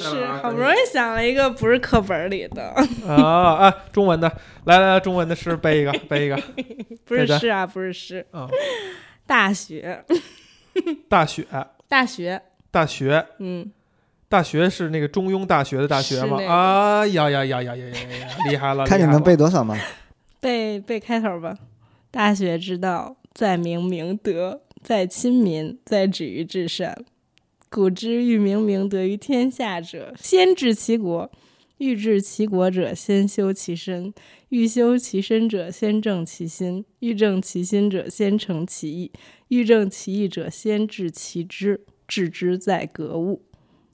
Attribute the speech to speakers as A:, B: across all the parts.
A: 是好不容易想了一个不是课本里的，
B: 啊啊！中文的，来来来，中文的诗背一个，背一 个。
A: 不是
B: 对的
A: 诗啊，不是诗，
B: 啊，
A: 大学，
B: 大雪，
A: 大学，
B: 大学，
A: 嗯，
B: 大学是那个中庸大学的大学吗
A: 是那？个
B: 啊呀呀呀呀呀呀呀呀！厉害了，
C: 看你
B: 啊厉害了
C: 能背多少吗？
A: 背背开头吧。大学之道，在明明德，在亲民，在止于至善。古之欲明明德于天下者，先治其国；欲治其国者，先修其身；欲修其身者，先正其心；欲正其心者，先诚其意；欲正其意者，先治其知。治之在格物。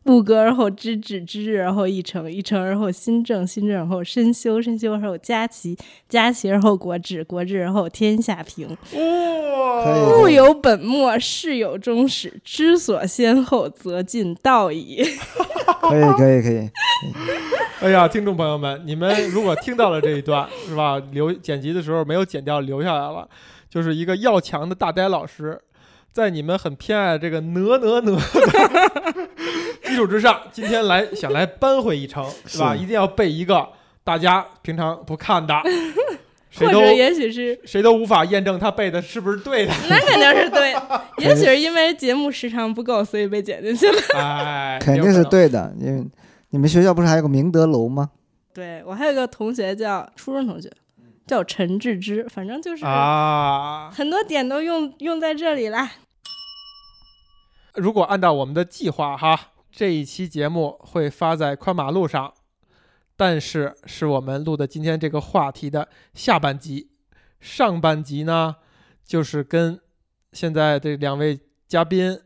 A: 不格而后知止，知止而后意诚，意诚而后心正，心正而后身修，身修而后家齐，家齐而后国治，国治而后天下平。
C: 可以
B: 哇！
C: 可
A: 物
C: 以，
A: 有本末，事有终始，知所先后，则近道矣。
C: 可
A: 哦
C: 以，可以，可以。
B: 哎呀，听众朋友们，你们如果听到了这 一段，是吧？留剪辑的时候没有剪掉，留下来了，就是一个要强的大呆老师，在你们很偏爱这个哪哪哪的 基础之上，今天来想来扳回 一城，是吧？
C: 是
B: 一定要背一个大家平常不看 的，
A: 或
B: 谁都
A: 者也许是，
B: 谁都无法验证他背的是不是对的。
A: 那肯定是 对，也许是因为节目时长不够，所以被剪进去了。
B: 哎，
C: 肯定是。对的，因为你们学校不是还有个明德楼吗？
A: 对我还有个同学叫初中同学，叫陈志之，反正就是
B: 啊！
A: 很多点都用用在这里啦。
B: 如果按照我们的计划哈，这一期节目会发在宽马路上，但是是我们录的今天这个话题的下半集，上半集呢就是跟现在这两位嘉宾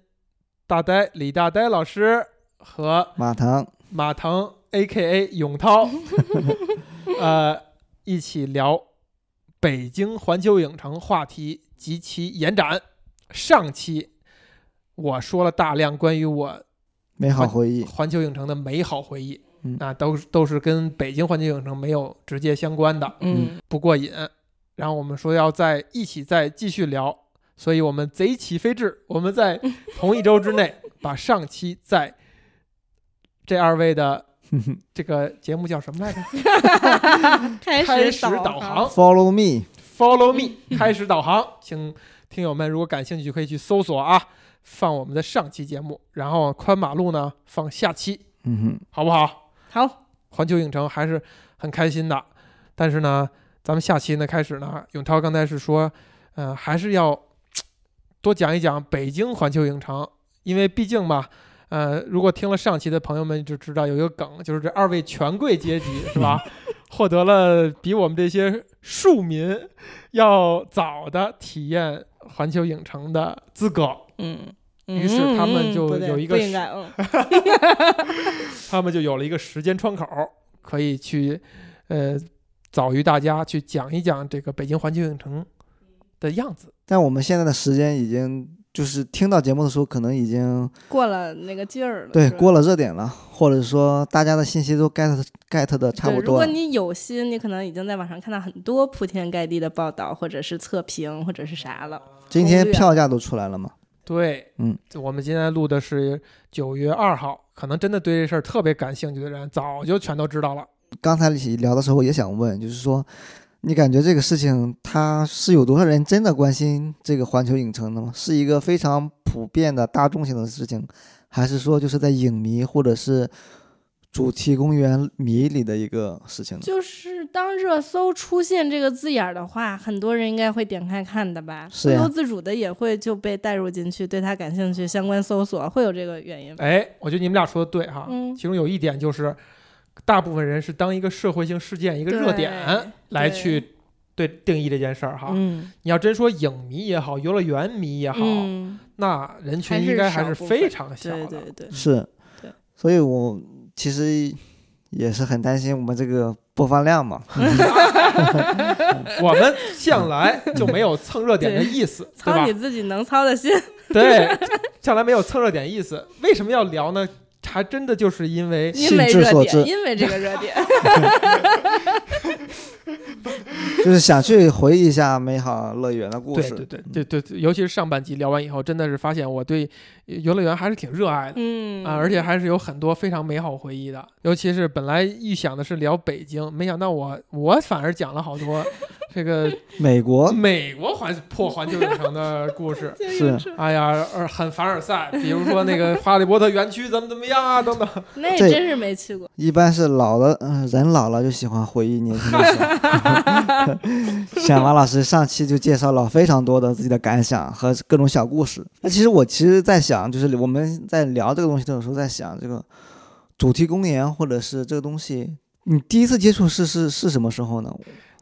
B: 大呆李大呆老师和
C: 马腾，
B: 马腾 A.K.A. 永涛，呃，一起聊北京环球影城话题及其延展。上期我说了大量关于我
C: 美好回忆。
B: 环球影城的美好回忆，
C: 嗯
B: 那都是都是跟北京环球影城没有直接相关的，
C: 嗯
B: 不过瘾。然后我们说要在一起再继续聊，所以我们贼起飞智，我们在同一周之内把上期在这二位的这个节目叫什么来着？
A: 嗯开
B: 开
A: 始
B: 始导航
C: ，Follow me，
B: ，Follow me，开始导航。请听友们如果感兴趣，可以去搜索啊，放我们的上期节目，然后宽马路呢放下期，
C: 嗯
B: 好不好？
A: 好，
B: 环球影城还是很开心的，但是呢，咱们下期呢开始呢，永超刚才是说，呃，还是要多讲一讲北京环球影城，因为毕竟嘛。呃，如果听了上期的朋友们就知道有一个梗，就是这二位权贵阶级是吧，获得了比我们这些庶民要早的体验环球影城的资格。
A: 嗯，
B: 于是他们
A: 嗯
B: 就
A: 不对
B: 有一个
A: 不应该，嗯，
B: 他们就有了一个时间窗口，可以去，呃，早于大家去讲一讲这个北京环球影城的样子。
C: 但我们现在的时间已经就是听到节目的时候，可能已经
A: 过了那个劲儿了。
C: 对
A: 是吧
C: 过了热点了，或者说大家的信息都 get get 的差
A: 对
C: 不
A: 如
C: 多
A: 果
C: 了。
A: 你有心，你可能已经在网上看到很多铺天盖地的报道，或者是测评，或者是啥了。
C: 今
A: 攻
C: 天
A: 略
C: 票价都出来了嘛？
B: 对，
C: 嗯，
B: 我们今天录的是九月二号，可能真的对这事儿特别感兴趣的人，早就全都知道了。
C: 刚才聊的时候也想问，就是说，你感觉这个事情它是有多少人真的关心这个环球影城的吗？是一个非常普遍的大众性的事情，还是说就是在影迷或者是主题公园迷里的一个事情呢？
A: 就是当热搜出现这个字眼儿的话，很多人应该会点开看的吧？
C: 是
A: 不
C: 呀
A: 由自主的也会就被带入进去，对他感兴趣，相关搜索会有这个原因吧？
B: 哎，我觉得你们俩说的对哈，
A: 嗯
B: 其中有一点就是，大部分人是当一个社会性事件、一个热
A: 对
B: 点来去对定义这件事儿哈。
A: 嗯，
B: 你要真说影迷也好，游乐园迷也好，
A: 嗯，
B: 那人群
A: 还是
B: 应该还
A: 少
B: 是
A: 部
B: 非
A: 分
B: 常小
A: 对
B: 的。
A: 对对，
C: 是
A: 对，
C: 所以我其实也是很担心我们这个播放量嘛。
B: 我们向来就没有蹭热点的意思，对
A: 操你
B: 吧？
A: 自己能操的心。
B: 对，向来没有蹭热点意思。为什么要聊呢？还真的就是因为
A: 因为
C: 兴致
A: 热
C: 所
A: 点，
C: 致
A: 因为这个热点，
C: 就是想去回忆一下美好乐园的故
B: 对
C: 事。
B: 对对对对对，尤其是上半集聊完以后，真的是发现我对游乐园还是挺热爱的。
A: 嗯。
B: 啊，而且还是有很多非常美好回忆的，尤其是本来预想的是聊北京，没想到我我反而讲了好多这个
C: 美国
B: 美国环破环球影城的故事
A: 就是
B: 哎呀，而很凡尔赛，比如说那个哈利波特园区怎么怎么样啊，等等。
A: 那
C: 这
A: 真是没去过。
C: 一般是老了，嗯、人老了就喜欢回忆年轻的时 候。像马老师上期就介绍了非常多的自己的感想和各种小故事。那其实我其实在想，就是我们在聊这个东西的时候，在想这个主题公园或者是这个东西，你第一次接触是是是什么时候呢？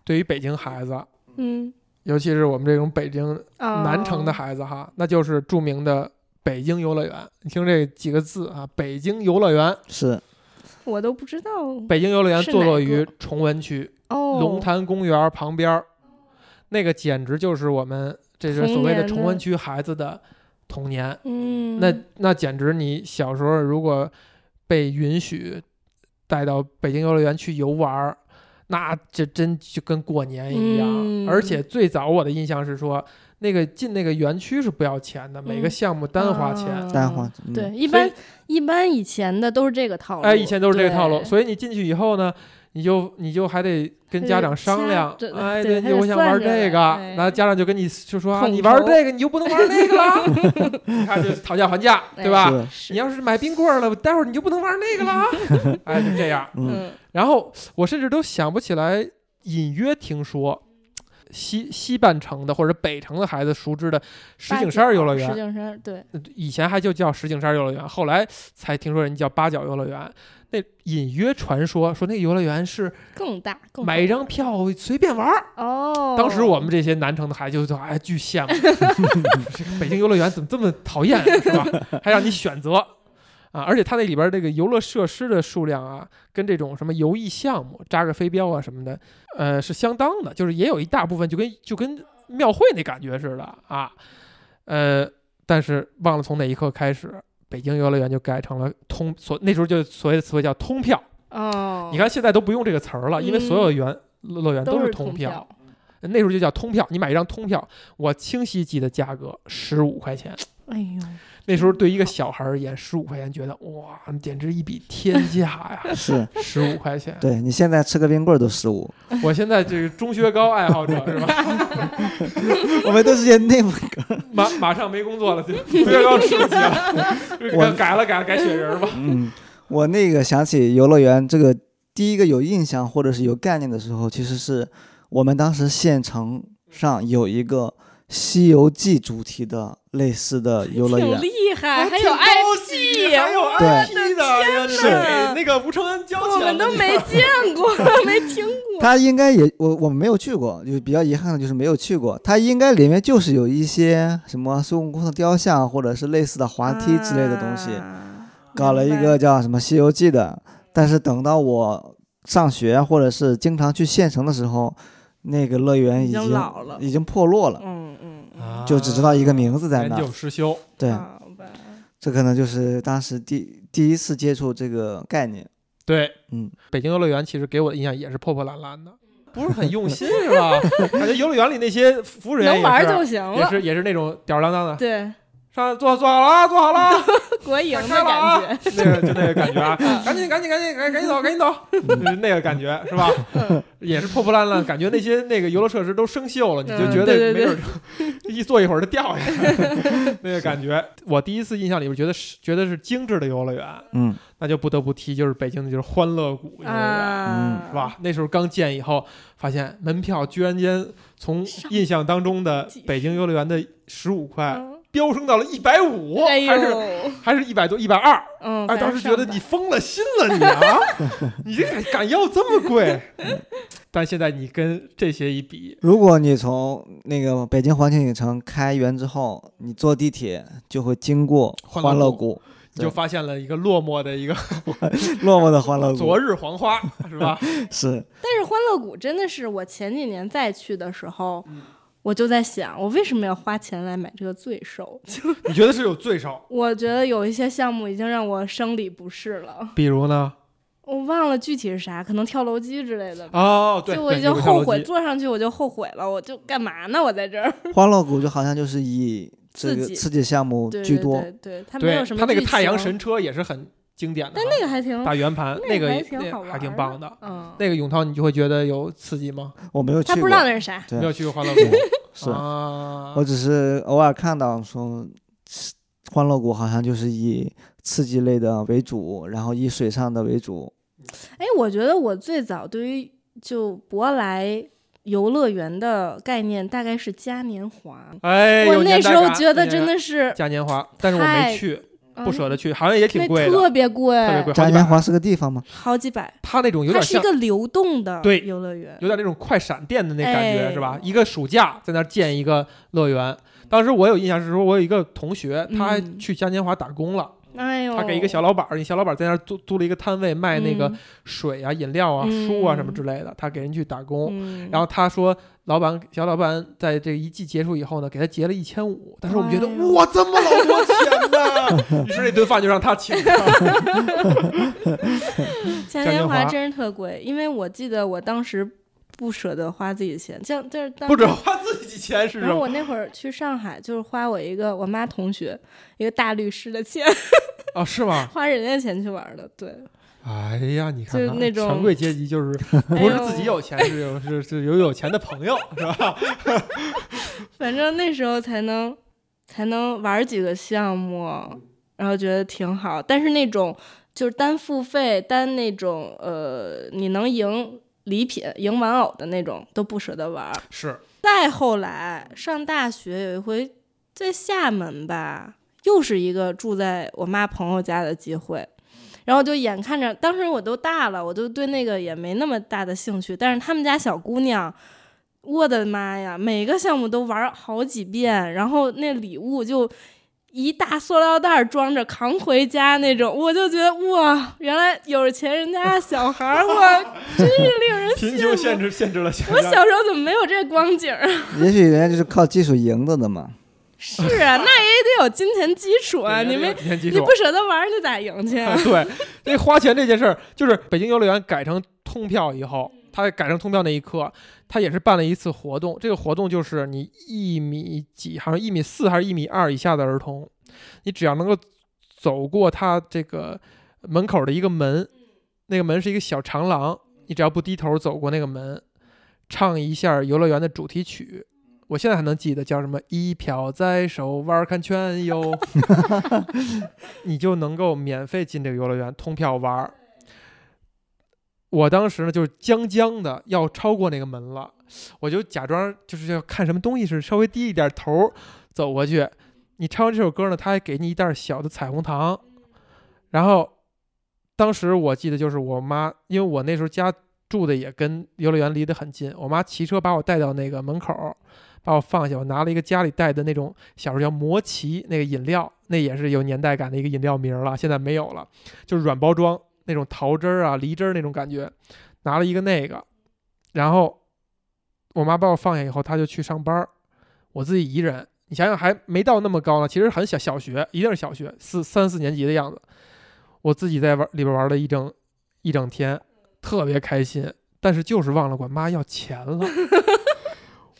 B: 对于北京孩子，
A: 嗯，
B: 尤其是我们这种北京
A: 哦
B: 南城的孩子哈，那就是著名的北京游乐园。你听这几个字啊，北京游乐园，
C: 是
A: 我都不知道
B: 北京游乐园
A: 是
B: 坐
A: 哪
B: 落
A: 个
B: 于崇文区。
A: 哦。
B: 龙潭公园旁边儿，那个简直就是我们这是所谓的
A: 童年的
B: 崇文区孩子的童年。
A: 嗯，
B: 那那简直，你小时候如果被允许带到北京游乐园去游玩儿，那这真就跟过年一样。
A: 嗯
B: 而且最早我的印象是说，那个进那个园区是不要钱的，每个
A: 嗯
B: 项目单花钱。
A: 啊
C: 单花、嗯、
A: 对，一般
B: 所
A: 一般以前的都是这个套路。
B: 哎，以前都是这个套路，
A: 对
B: 所以你进去以后呢，你就你就还得跟
A: 还
B: 家
A: 得
B: 长商
A: 掐
B: 量
A: 着，
B: 哎，
A: 对
B: 对，
A: 还
B: 你
A: 得
B: 我想
A: 算
B: 玩
A: 着
B: 这
A: 来
B: 个，
A: 哎
B: 然后家长就跟你就说啊，
A: 统
B: 你玩
A: 筹
B: 这个你就不能玩那个了， 你看这讨价还价，对吧？
C: 是
B: 你要是买冰棍儿了，待会儿你就不能玩那个了，哎，就这样。
C: 嗯
A: 嗯
B: 然后我甚至都想不起来，隐约听说西西半城的或者北城的孩子熟知的石景山游乐园
A: 石，景山对，
B: 以前还就叫石景山游乐园，后来才听说人家叫八角游乐园。那隐约传说说那个游乐园是
A: 更大更
B: 买一张票随便玩儿。
A: 哦。
B: 当时我们这些南城的孩子就哎巨羡慕， 这个北京游乐园怎么这么讨厌啊是吧？还让你选择啊！而且它那里边这个游乐设施的数量啊，跟这种什么游艺项目、扎个飞镖啊什么的，呃是相当的，就是也有一大部分就跟就跟庙会那感觉似的啊，呃，但是忘了从哪一刻开始，北京游乐园就改成了通所那时候就所谓的词汇叫通票。
A: 哦，
B: 你看现在都不用这个词儿了，因为所有园、乐园
A: 都
B: 是
A: 通
B: 票，，那时候就叫通票。你买一张通票，我清晰记得价格十五块钱。
A: 哎呦，
B: 那时候对一个小孩而言，十五块钱觉得哇，简直一笔天价呀！
C: 是，
B: 十五块钱，
C: 对你现在吃个冰棍儿都十五，
B: 我现在这个中学高爱好者是 吧？
C: 我们都是些内蒙
B: 马马上没工作了，就中学高吃不起 了，
C: 我
B: 改了改了改雪人吧。
C: 嗯， 我那个想起游乐园这个第一个有印象或者是有概念的时候，其实是我们当时县城上有一个《西游记》主题的类似 的游乐
A: 挺
C: 园，
A: 厉害，哎
B: 啊
A: 还有
B: 高级
A: IP，
B: 还有
A: 我
B: IP 的，
A: 是
B: 给那个吴承恩交
A: 我
B: 钱
A: 们
B: 的
A: 都没见 过，没听过。
C: 它应该也我我没有去过，就是比较遗憾的就是没有去过。它应该里面就是有一些什么孙悟空的雕像或者是类似的滑梯之类的东西，
A: 啊
C: 搞了一
A: 明白嗯
C: 个叫什么《西游记》的。但是等到我上学啊或者是经常去县城的时候，那个乐园
A: 已
C: 已
A: 经
C: 经
A: 老了
C: 已经破落了。
A: 嗯嗯嗯，
B: 啊
C: 就只知道一个名字在那
B: 研究失修。
C: 对，
A: 好吧，
C: 这可能就是当时第第一次接触这个概念。
B: 对，
C: 嗯，
B: 北京游乐园其实给我的印象也是破破烂烂的，不是很用心是吧？感觉游乐园里那些服务人员
A: 能
B: 也
A: 玩
B: 是
A: 就行
B: 也
A: 了。
B: 是也是那种吊儿郎当的，
A: 对，
B: 上坐坐好了啊，坐好 了啊，
A: 国营的
B: 开了啊
A: 感觉，
B: 那个就那个感 觉啊，赶紧赶紧赶紧赶紧赶紧走赶紧走，就是那个感觉是吧？也是破破烂烂，感觉那些那个游乐设施都生锈了，你就
A: 嗯
B: 觉
A: 对对
B: 得没准儿 一坐一会儿就掉下来了，那个感 觉。我第一次印象里边觉得是觉得是精致的游乐园，
C: 嗯，
B: 那就不得不提就是北京的就是欢乐谷游乐园。
A: 啊，
B: 是吧？那时候刚建以后，发现门票居然间从印象当中的
A: 上
B: 北京游乐园的十五块
A: 嗯？
B: 飙升到了一百五，
A: 哎
B: 还是
A: 呦，
B: 还是一百多、一百二。
A: 嗯，
B: 哎，
A: 反
B: 当
A: 正
B: 时觉得
A: 上吧
B: 你疯了心了你啊！ 你这敢敢要这么贵？ 但现在你跟这些一比，
C: 如果你从那个北京环球影城开园之后，你坐地铁就会经过
B: 欢
C: 欢
B: 乐
C: 乐
B: 谷
C: 谷，
B: 你就发现了一个落寞的一个
C: 落寞的欢 乐谷
B: 昨日黄 花，是吧？
C: 是
A: 但是欢乐谷真的是我前几年再去的时候，
B: 嗯
A: 我就在想，我为什么要花钱来买这个罪受？ 就
B: 你觉得是有罪受？
A: 我觉得有一些项目已经让我生理不适了。
B: 比如呢？
A: 我忘了具体是啥，可能跳楼机之类的吧。
B: 哦，对，
A: 就我已
B: 对
A: 经
B: 有个跳
A: 后
B: 楼
A: 悔
B: 机
A: 坐上去，我就后悔了，我就干嘛呢？我在这 儿。
C: 欢乐谷就好像就是以这个
A: 刺激
C: 刺激项目
A: 对
C: 居
A: 对
C: 多，
A: 对对，它没
B: 对
A: 有什么
B: 他那个
A: 剧
B: 太阳
A: 情
B: 神车也是很经典的哈，
A: 但那个还挺
B: 打圆盘
A: 那
B: 那
A: 个
B: 个
A: 还
B: 也
A: 挺
B: 那
A: 好
B: 还挺
A: 玩
B: 棒的。
A: 嗯，
B: 那个永涛，你就会觉得有刺激吗？
C: 我没有去
A: 他
C: 过，
A: 不知道那是啥。
C: 对
B: 没有去过欢 乐
C: 对
B: 谷
C: 是、
B: 啊？
C: 我只是偶尔看到说，欢乐谷好像就是以刺激类的为主，然后以水上的为主。
A: 哎，我觉得我最早对于就舶来游乐园的概念大概是嘉年华，
B: 哎，有
A: 我那
B: 年代
A: 时候
B: 感
A: 觉得
B: 有年
A: 真
B: 代
A: 的是
B: 嘉年华，但是我没
A: 太
B: 去，
A: 嗯
B: 不舍得去，好像也挺
A: 那
B: 贵的，
A: 特别贵，
B: 特别贵。
C: 嘉
B: 好几
C: 年
B: 百
C: 华是个地方吗？
A: 好几百。
B: 它那种有
A: 它
B: 点
A: 是一
B: 像，
A: 个流动的
B: 对
A: 游乐园，
B: 有点那种快闪店的那感觉、
A: 哎
B: 是吧？一个暑假在那儿建一个乐园。当时我有印象是说，我有一个同学，他还
A: 嗯
B: 去嘉年华打工了，
A: 哎呦，
B: 他给一个小老板儿，一小老板儿在那儿租租了一个摊位卖那个
A: 嗯
B: 水啊、饮料啊、
A: 嗯
B: 书啊什么之类的，他给人去打工。
A: 嗯，
B: 然后他说，老板小老板在这一季结束以后呢，给他结了一千五。但是我们觉得，
A: 哎呦
B: 哇，这么老多钱呢、 于是那顿饭就让他请了。
A: 嘉
B: 嘉
A: 年
B: 年
A: 华
B: 华
A: 真是特贵，因为我记得我当时不舍得花自己钱，像就是当
B: 不止花自己钱是什
A: 然后
B: 么？
A: 我那会儿去上海，就是花我一个我妈同学一个大律师的钱，
B: 啊，是吗？
A: 花人家钱去玩的。对，
B: 哎呀，你看
A: 就是
B: 看，
A: 那种
B: 权贵阶级就是
A: 哎
B: 不是
A: 呦
B: 自己有钱，是有是是有有钱的朋友，是吧？
A: 反正那时候才能才能玩几个项目，然后觉得挺好。但是那种就是单付费单那种呃，你能赢礼品、赢玩偶的那种都不舍得玩儿。
B: 是
A: 再后来上大学有一回在厦门吧，又是一个住在我妈朋友家的机会，然后就眼看着当时我都大了，我就对那个也没那么大的兴趣，但是他们家小姑娘。我的妈呀！每个项目都玩好几遍，然后那礼物就一大塑料袋儿装着扛回家那种，我就觉得哇，原来有钱人家的小孩儿，我真是令人
B: 贫
A: 羡慕
B: 穷限制限制了想
A: 我
B: 象。
A: 小时候怎么没有这光景儿啊？
C: 也许人家就是靠技术赢的 的嘛。
A: 是啊，那也得有金钱基础啊！
B: 对
A: 你没
B: 有钱基
A: 你
B: 础
A: 不。舍得玩儿，你咋赢去 啊？
B: 对，这花钱这件事儿，就是北京游乐园改成通票以后，它改成通票那一刻，它也是办了一次活动。这个活动就是你一米几，好像一米四还是一米二以下的儿童，你只要能够走过它这个门口的一个门，那个门是一个小长廊，你只要不低头走过那个门，唱一下游乐园的主题曲。我现在还能记得叫什么“一票在手，玩看圈哟”，你就能够免费进这个游乐园，通票玩儿。我当时呢，就是将将的要超过那个门了，我就假装就是要看什么东西是稍微低一点头儿走过去。你唱完这首歌呢，他还给你一袋小的彩虹糖。然后，当时我记得就是我妈，因为我那时候家住的也跟游乐园离得很近，我妈骑车把我带到那个门口儿，把我放下，我拿了一个家里带的那种小时候叫魔奇那个饮料，那也是有年代感的一个饮料名儿了，现在没有了，就是软包装那种桃汁儿啊、梨汁儿那种感觉，拿了一个那个，然后我妈把我放下以后，她就去上班儿，我自己一人，你想想还没到那么高呢，其实很小，小学一定是小学四三四年级的样子，我自己在玩里边玩了一整一整天，特别开心，但是就是忘了管妈要钱了。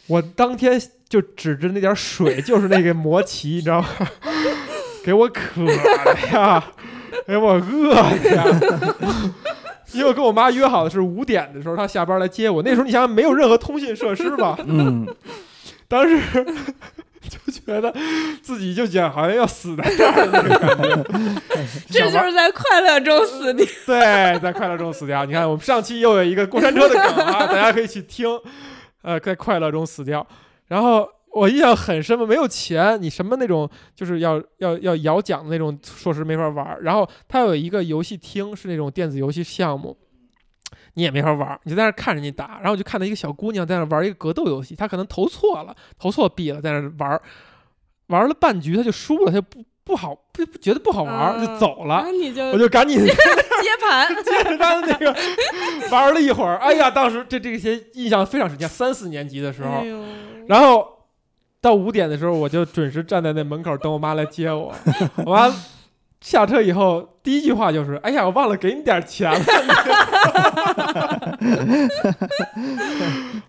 B: 我当天就指着那点水，就是那个魔奇，你知道吗？给我渴的呀，给我饿的呀。因为我跟我妈约好的是五点的时候她下班来接我，那时候你想想没有任何通信设施吧，
C: 嗯，
B: 当时 就觉得自己就觉得好像要死在这儿那个感觉，
A: 这
B: 想
A: 就
B: 玩
A: 是在快乐中死掉。
B: 对，在快乐中死掉。你看，我们上期又有一个过山车的梗啊，大家可以去听。呃，在快乐中死掉。然后我印象很深嘛，没有钱，你什么那种就是要要要摇奖的那种，说是没法玩儿。然后它有一个游戏厅，是那种电子游戏项目。你也没法玩儿，你就在那儿看人家打，然后我就看到一个小姑娘在那儿玩一个格斗游戏，她可能投错了，投错币了，在那儿玩儿，玩了半局她就输了，她就不不好不不觉得不好玩儿，就
A: 嗯
B: 走了，
A: 后你就
B: 我就赶紧
A: 接盘，
B: 接着他的那个玩了一会儿，哎呀，当时这这些印象非常深刻，三四年级的时候
A: 哎，呦
B: 然后到五点的时候，我就准时站在那门口等我妈来接我，我妈下车以后第一句话就是：“哎呀，我忘了给你点钱了。”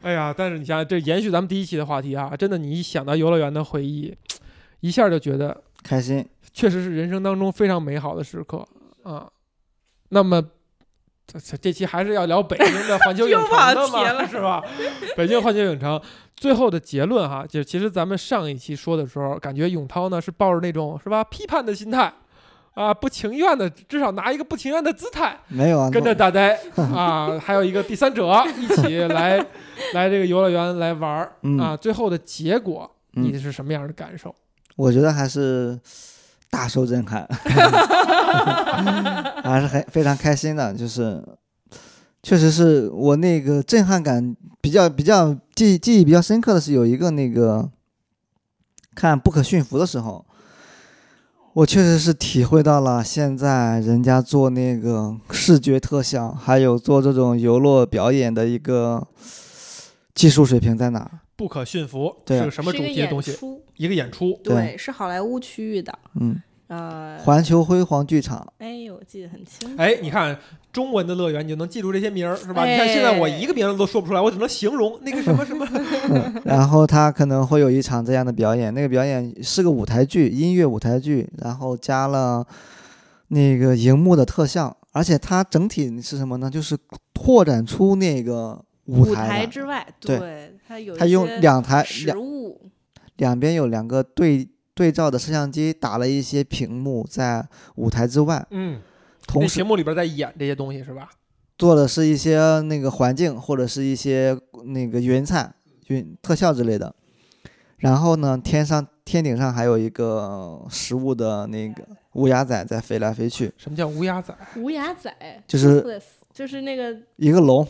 B: 哎呀，但是你想想，这延续咱们第一期的话题啊，真的，你一想到游乐园的回忆，一下就觉得
C: 开心。
B: 确实是人生当中非常美好的时刻啊。那么，这这这期还是要聊北京的 环球影
A: 又跑
B: 城的
A: 题
B: 嘛，
A: 了
B: 是吧？北京环球影城最后的结论哈，就其实咱们上一期说的时候，感觉永涛呢是抱着那种是吧批判的心态。啊，不情愿的，至少拿一个不情愿的姿态，
C: 没有啊，
B: 跟着
C: 那
B: 大呆啊，还有一个第三者一起 来来这个游乐园来玩儿
C: 嗯
B: 啊。最后的结果，
C: 嗯
B: 你是什么样的感受？
C: 我觉得还是大受震撼， 还是很非常开心的。就是，确实是我那个震撼感比较比较记记忆比较深刻的是有一个那个看《不可驯服》的时候，我确实是体会到了现在人家做那个视觉特效，还有做这种游乐表演的一个技术水平在哪儿。
B: 不可驯服
C: 对啊
B: 是个什么
A: 是
B: 主
A: 一个
B: 题的东
A: 演
B: 西？
A: 出，
B: 一个演出，
C: 对
A: 对，是好莱坞区域的，
C: 嗯，
A: 呃，
C: 环球辉煌剧场。
A: 哎呦，我记得很清楚。
B: 哎，你看中文的乐园，你就能记住这些名儿，是吧？
A: 哎
B: 你看现在我一个名字都说不出来，我只能形容那个什么什 么。
C: 然后他可能会有一场这样的表演，那个表演是个舞台剧，音乐舞台剧，然后加了那个荧幕的特效，而且它整体是什么呢？就是拓展出那个舞
A: 舞
C: 台
A: 台
C: 来，
A: 之外，
C: 对
A: 对，它有
C: 他
A: 一
C: 用
A: 些
C: 两台
A: 实
C: 两
A: 物，
C: 两边有两个对对照的摄像机打了一些屏幕在舞台之外，
B: 嗯，那
C: 同时
B: 屏幕里边在演这些东西是吧？
C: 做的是一些那个环境或者是一些那个云彩、云特效之类的。然后呢，天上天顶上还有一个食物的那个乌鸦仔在飞来飞去，
B: 什么叫乌鸦仔？
A: 无牙仔，
C: 就是
A: 就是那个
C: 一个龙，《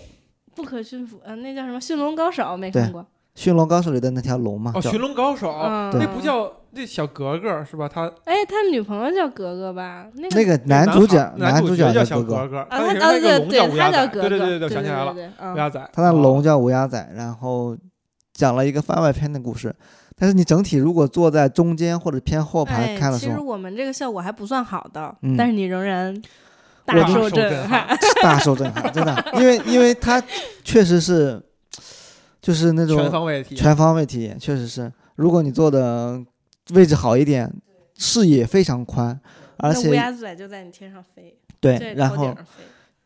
A: 不可驯服，呃，那叫什么《驯龙高手》没看
C: 对
A: 过？
C: 驯龙高手》里的那条龙嘛，
B: 哦，
C: 叫
B: 寻龙高手，
A: 嗯，
B: 那不叫那小格格是吧？他
A: 哎，他女朋友叫格格吧？那个
C: 那个男主角，
B: 男
C: 主
B: 角叫
C: 角叫
B: 小
C: 哥哥，
B: 格，
A: 啊，
B: 但
A: 他啊
B: 是那个
A: 对对，
B: 龙叫
A: 他
B: 乌
A: 叫
B: 鸦仔，
A: 格
B: 对
A: 格，
B: 对
A: 对
B: 对，想起来了，
A: 对对
B: 乌
A: 嗯
B: 鸦仔，
C: 他那
B: 哦
C: 龙叫乌鸦仔，然后讲了一个番外篇的故事。但是你整体如果坐在中间或者偏后排
A: 哎，
C: 看的
A: 其
C: 时
A: 实
C: 候，
A: 我们这个效果还不算好的，
C: 嗯
A: 但是你仍然大
B: 大
A: 受
B: 受震 撼
A: 撼。
C: 大受震撼，真的，因为因为它确实是，就是那种
B: 全方位体验。
C: 全方位体验，确实是。如果你坐的位置好一点，视野非常宽，而
A: 那乌
C: 且
A: 鸦仔就在你天上飞，
C: 对
A: 在，
C: 然
A: 头顶
C: 后
A: 上飞。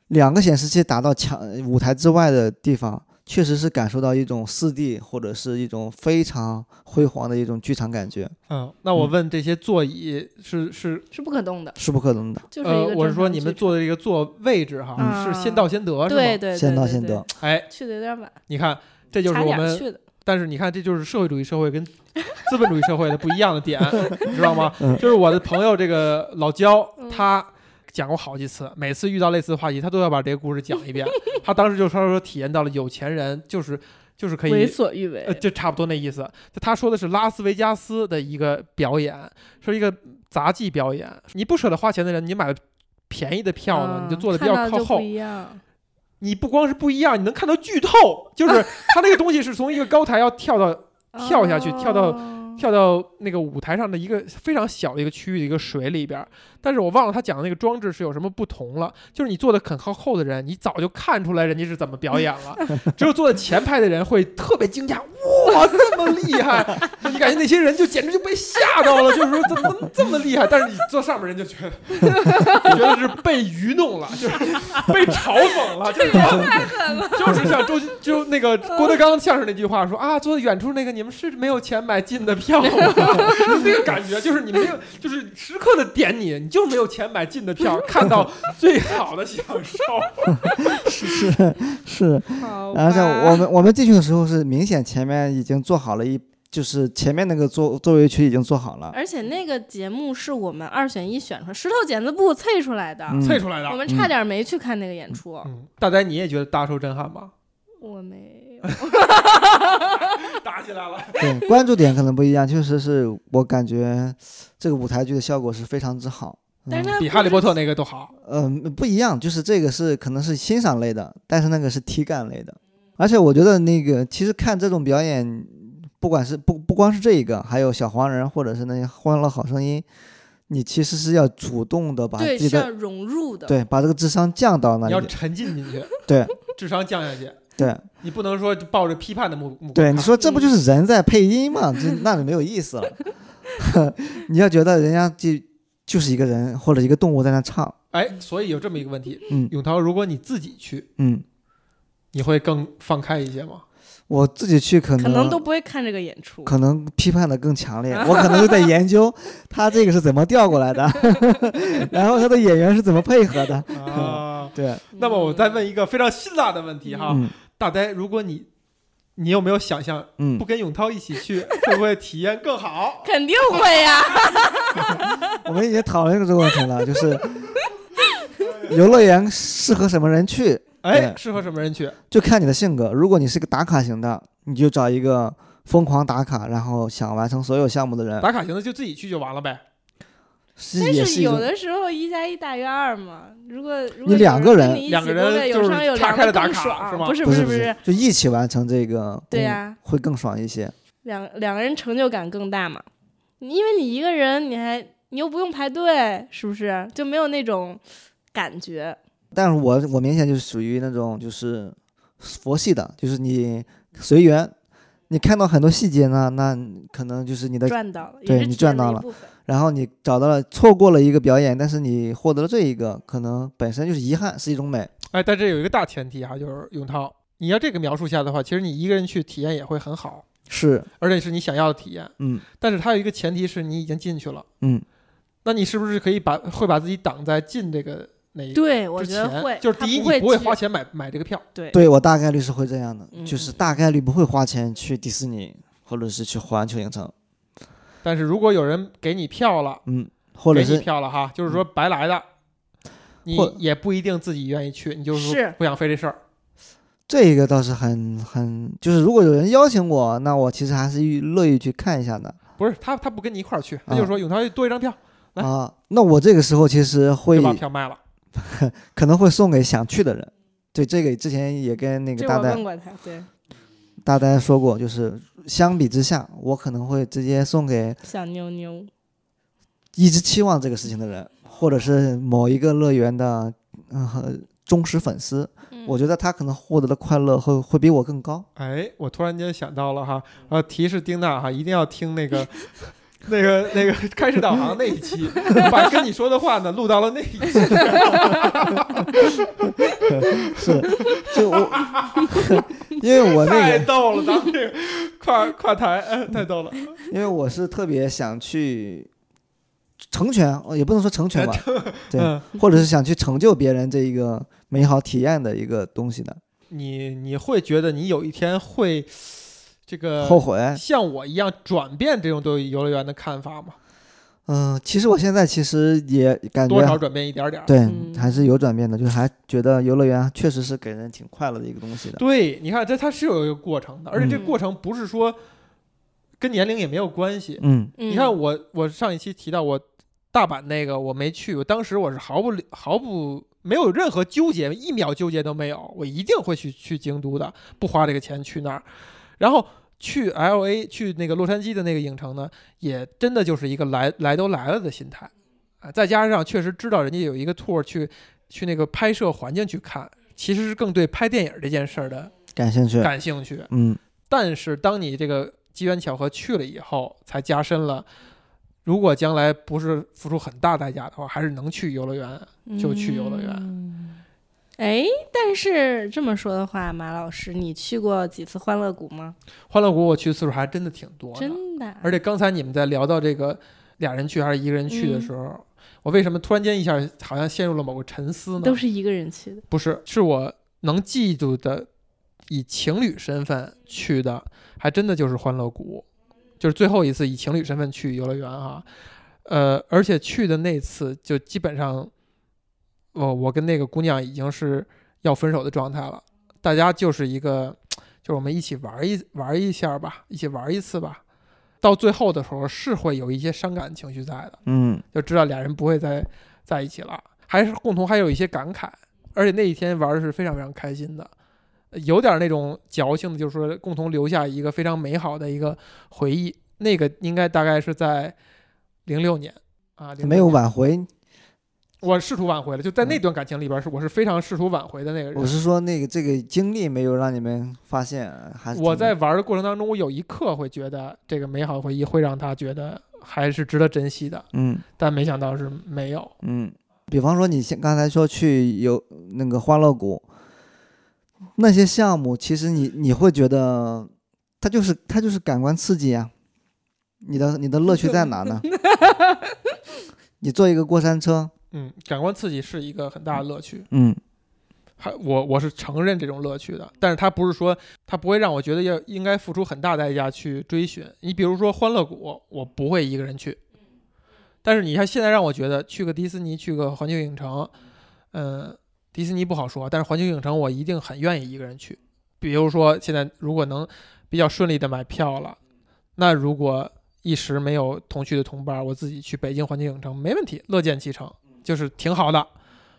C: 两个显示器打到墙舞台之外的地方，确实是感受到一种四 D 或者是一种非常辉煌的一种剧场感觉，
B: 嗯，那我
C: 嗯
B: 问这些座椅是是
A: 是不可动的，
C: 是不可能的。
A: 就是一
B: 呃，
A: 个。
B: 我是说你们，坐的这个座位置哈，
A: 嗯
B: 是先到先得是
A: 对
B: 吗？
A: 对，
C: 先
A: 对
C: 到
A: 对
C: 先
A: 对
C: 得，
B: 哎，
A: 去的有点晚，
B: 你看，这就是
A: 差
B: 我
A: 点
B: 们
A: 去的。
B: 但是你看，这就是社会主义社会跟 资本主义社会的不一样的 点，你知道吗？
C: 嗯
B: 就是我的朋友这个老焦，
A: 嗯
B: 他讲过好几次，每次遇到类似的话题，他都要把这个故事讲一 遍。他当时就说说体验到了有钱人就是就是可
A: 为
B: 以。
A: 所欲为
B: 呃，，就差不多那意思。就他说的是拉斯维加斯的一个表演，是一个杂技表演。你不舍得花钱的人，你买了便宜的票呢，
A: 嗯
B: 你就坐的比
A: 看到
B: 较
A: 的
B: 靠
A: 就
B: 后
A: 不。一样。
B: 你不光是不一样，你能看到剧透，就是他那个东西是从一个高台要跳到跳下去跳到
A: 哦
B: 跳到那个舞台上的一个非常小的一个区域的一个水里边儿，但是我忘了他讲的那个装置是有什么不同了。就是你坐的很靠后的人，你早就看出来人家是怎么表演了，只有坐在前排的人会特别惊讶，哇，这么厉害！就你感觉那些人就简直就被吓到了，就是说怎么能这么厉害？但是你坐上面人就觉得，就觉得 是被愚弄了，就是被嘲讽了，就是
A: 太狠了，
B: 就是像 周就那个郭德纲相声那句话说啊，坐在远处那个你们是没有钱买近的票 吗？那个感觉就是你没有，就是时刻的点你，你就是没有钱买近的 票，看到最好的享受。
C: 是是是，
A: 好
C: 然后像我
A: 吧
C: 们我们进去的时候是明显前面已经做好了一，就是前面那个座座位区已经做好 了，
A: 而且那个节目是我们二选一选出来，石头剪子布萃出来的，
C: 嗯
B: 啐出来
A: 我
B: 的，
A: 们差点没去看那个演出，
B: 嗯，大呆你也觉得大受震撼吗？
A: 我没有。
C: 嗯
B: 打起来了，
C: 对，关注点可能不一样，确实是我感觉这个舞台剧的效果是非常之好。
A: 但是
C: 嗯
A: 它
B: 比
A: 不
B: 哈利
A: 是
B: 波特那个都好。
C: 嗯、不一样，就是这个是可能是欣赏类的，但是那个是体感类的。
A: 嗯
C: 而且我觉得那个其实看这种表演，不管是不不光是这一个，还有小黄人或者是那些《欢乐好声音》，你其实是要主动的把自
A: 对，
C: 己
A: 是要
C: 的
A: 融入的。
C: 对把这个智商降到那
B: 你要
C: 里，
B: 沉浸进去，
C: 对，
B: 智商降下去，
C: 对
B: 你不能说抱着批判的目目光
C: 对，
B: 看
C: 你说这不嗯就是人在配音吗？ 这那就没有意思了。 你要觉得人家就就是一个人或者一个动物在那唱，
B: 哎，所以有这么一个问题，
C: 嗯
B: 永涛，如果你自己去，
C: 嗯，
B: 你会更放开一些吗？
C: 我自己去可能
A: 可能都不会看这个演出，
C: 可能批判的更强 烈，我可能就在研究他这个是怎么调过来 的，然后他的演员是怎么配合的。
B: 啊，
C: 对，
B: 那么我再
A: 嗯
B: 问一个非常辛辣的问题哈，
C: 嗯
B: 大呆，如果你你有没有想象
C: 嗯
B: 不，跟永涛一起去，会不会体验更好？
A: 肯定会呀。
C: 我们已经讨论过这个问题了，就是 游乐园适合什么人去，
B: 哎，
C: 对
B: 适合什么人去？
C: 就看你的性格。如果你是个打卡型的，你就找一个疯狂打卡，然后想完成所有项目的人，
B: 打卡型的就自己去就完了呗。
C: 是
A: 但
C: 也
A: 是
C: 一
A: 有
C: 种。
A: 的时候一加一大于二嘛。如果如果
C: 你两个人
B: 两个人就
A: 有
B: 是
A: 商有
B: 岔
A: 量
B: 开
A: 的
B: 了打
A: 更
B: 卡
A: 爽，
B: 是吗
A: 不是
C: 不
A: 是
C: 不
A: 是
C: 是，，就一起完成这个，
A: 对啊呀
C: 会更爽一些。
A: 两两个人成就感更大嘛。你因为你一个人，你还你又不用排队，是不是就没有那种感觉？
C: 但是我我明显就是属于那种就是佛系的，就是你随缘，你看到很多细节呢，那可能就是你的，
A: 赚到了，也
C: 对
A: 是
C: 你
A: 体验
C: 赚到
A: 的一
C: 了
A: 部分。
C: 然后你找到了错过了一个表演，但是你获得了这一个，可能本身就是遗憾，是一种美。
B: 哎，但这有一个大前提哈、就是永涛，你要这个描述下的话，其实你一个人去体验也会很好，
C: 是，
B: 而且是你想要的体验。
C: 嗯
B: 但是它有一个前提是你已经进去了，
C: 嗯，
B: 那你是不是可以把会把自己挡在进这个那一？
A: 对，我
B: 之
A: 觉得
B: 前
A: 会，
B: 就是
A: 他
B: 第一，
A: 不会
B: 你不会
A: 去
B: 花钱买买这个票，
A: 对
C: 对我大概率是会这样的，就是
A: 嗯
C: 大概率不会花钱去迪士尼或者是去环球影城，
B: 但是如果有人给你票了，
C: 嗯，或者
B: 给你
C: 是嗯
B: 票了哈，就是说白来的，你
C: 或
B: 也不一定自己愿意去，你就是说
A: 是
B: 不想费这事儿。
C: 这一个倒是很很，就是如果有人邀请我，那我其实还是乐意去看一下的。
B: 不是他，他不跟你一块儿去，他就
C: 啊
B: 说永涛多一张票，来
C: 啊，那我这个时候其实会
B: 就把票卖了。
C: 可能会送给想去的人。对，这个之前也跟那个
A: 这
C: 大
A: 我
C: 呆
A: 问过他，对，
C: 大呆说过，就是相比之下，我可能会直接送给
A: 小妞妞，
C: 一直期望这个事情的人，或者是某一个乐园的嗯、呃忠实粉丝。我觉得他可能获得的快乐会会比我更高。
B: 哎，我突然间想到了哈，呃，提示丁娜哈，一定要听那个。那个那个开始导航那一期， 把跟你说的话呢录到了那一
C: 啊
B: 期，
C: 是，就我， 因为我那
B: 太
C: 个，
B: 逗了，咱们这个跨跨台，哎，太逗了。
C: 因为我是特别想去成全，哦也不能说 成全吧，对
B: 嗯，
C: 或者是想去成就别人这一个美好体验的一个东西的，
B: 你你会觉得你有一天会这个
C: 后悔。
B: 像我一样转变这种对游乐园的看法吗？
C: 嗯、其实我现在其实也感
B: 多少
C: 觉
B: 转变一点点儿。
C: 对、
A: 嗯
C: 还是有转变的，就是还觉得游乐园确实是给人挺快乐的一个东西的。
B: 对，你看这它是有一个过程的，而且这
A: 嗯
B: 过程不是说跟年龄也没有关系。
C: 嗯
A: 嗯，
B: 你看我我上一期提到我大阪那个我没去，我当时我是毫不毫不没有任何纠结，一秒纠结都没有，我一定会去去京都的，不花这个钱去那儿，然后。去 L A 去那个洛杉矶的那个影城呢，也真的就是一个来来都来了的心态啊，再加上确实知道人家有一个 tour 去去那个拍摄环境去看，其实是更对拍电影这件事儿的
C: 感兴趣。
B: 感兴趣。
C: 嗯
B: 但是当你这个机缘巧合去了以后，才加深了，如果将来不是付出很大代价的话，还是能去游乐园。就去游乐园
A: 园。哎，但是这么说的话，马老师，你去过几次欢乐谷吗？
B: 欢乐谷我去次数还真的挺多的，
A: 真的啊，
B: 而且刚才你们在聊到这个俩人去还是一个人去的时候，
A: 嗯
B: 我为什么突然间一下好像陷入了某个沉思呢
A: 都？是一个人去的。
B: 不是，是我能记住的，以情侣身份去的，还真的就是欢乐谷，就是最后一次以情侣身份去游乐园啊。呃，而且去的那次就基本上，我我跟那个姑娘已经是要分手的状态了，大家就是一个，就是我们一起玩一玩一下吧，一起玩一次吧。到最后的时候是会有一些伤感情绪在的，
C: 嗯，
B: 就知道俩人不会再在一起了，还是共同还有一些感慨，而且那一天玩的是非常非常开心的，呃有点那种矫情的，就是说共同留下一个非常美好的一个回忆。那个应该大概是在零六年，啊，零
C: 没有挽回。
B: 我试图挽回了，就在那段感情里边是我是非常试图挽回的那个人。
C: 我是啊说那个这个经历没有让你们发现，还是
B: 我
C: 挺
B: 在玩的过程当中，我有一刻会觉得这个美好回忆会让他觉得还是值得珍惜的，
C: 嗯
B: 但没想到是没有。
C: 嗯，比方说你现刚才说去游那个欢乐谷那些项目，其实你你会觉得它就是它就是感官刺激啊，你的你的乐趣在 哪呢？你坐一个过山车，
B: 嗯，感官刺激是一个很大的乐趣，
C: 嗯
B: 还我我是承认这种乐趣的，但是它不是说它不会让我觉得要应该付出很大代价去追寻。你比如说欢乐谷，我不会一个人去，但是你看现在让我觉得去个迪士尼，去个环球影城，嗯、迪士尼不好说，但是环球影城我一定很愿意一个人去。比如说现在如果能比较顺利的买票了，那如果一时没有同去的同伴，我自己去北京环球影城没问题，乐见其成，就是挺好的。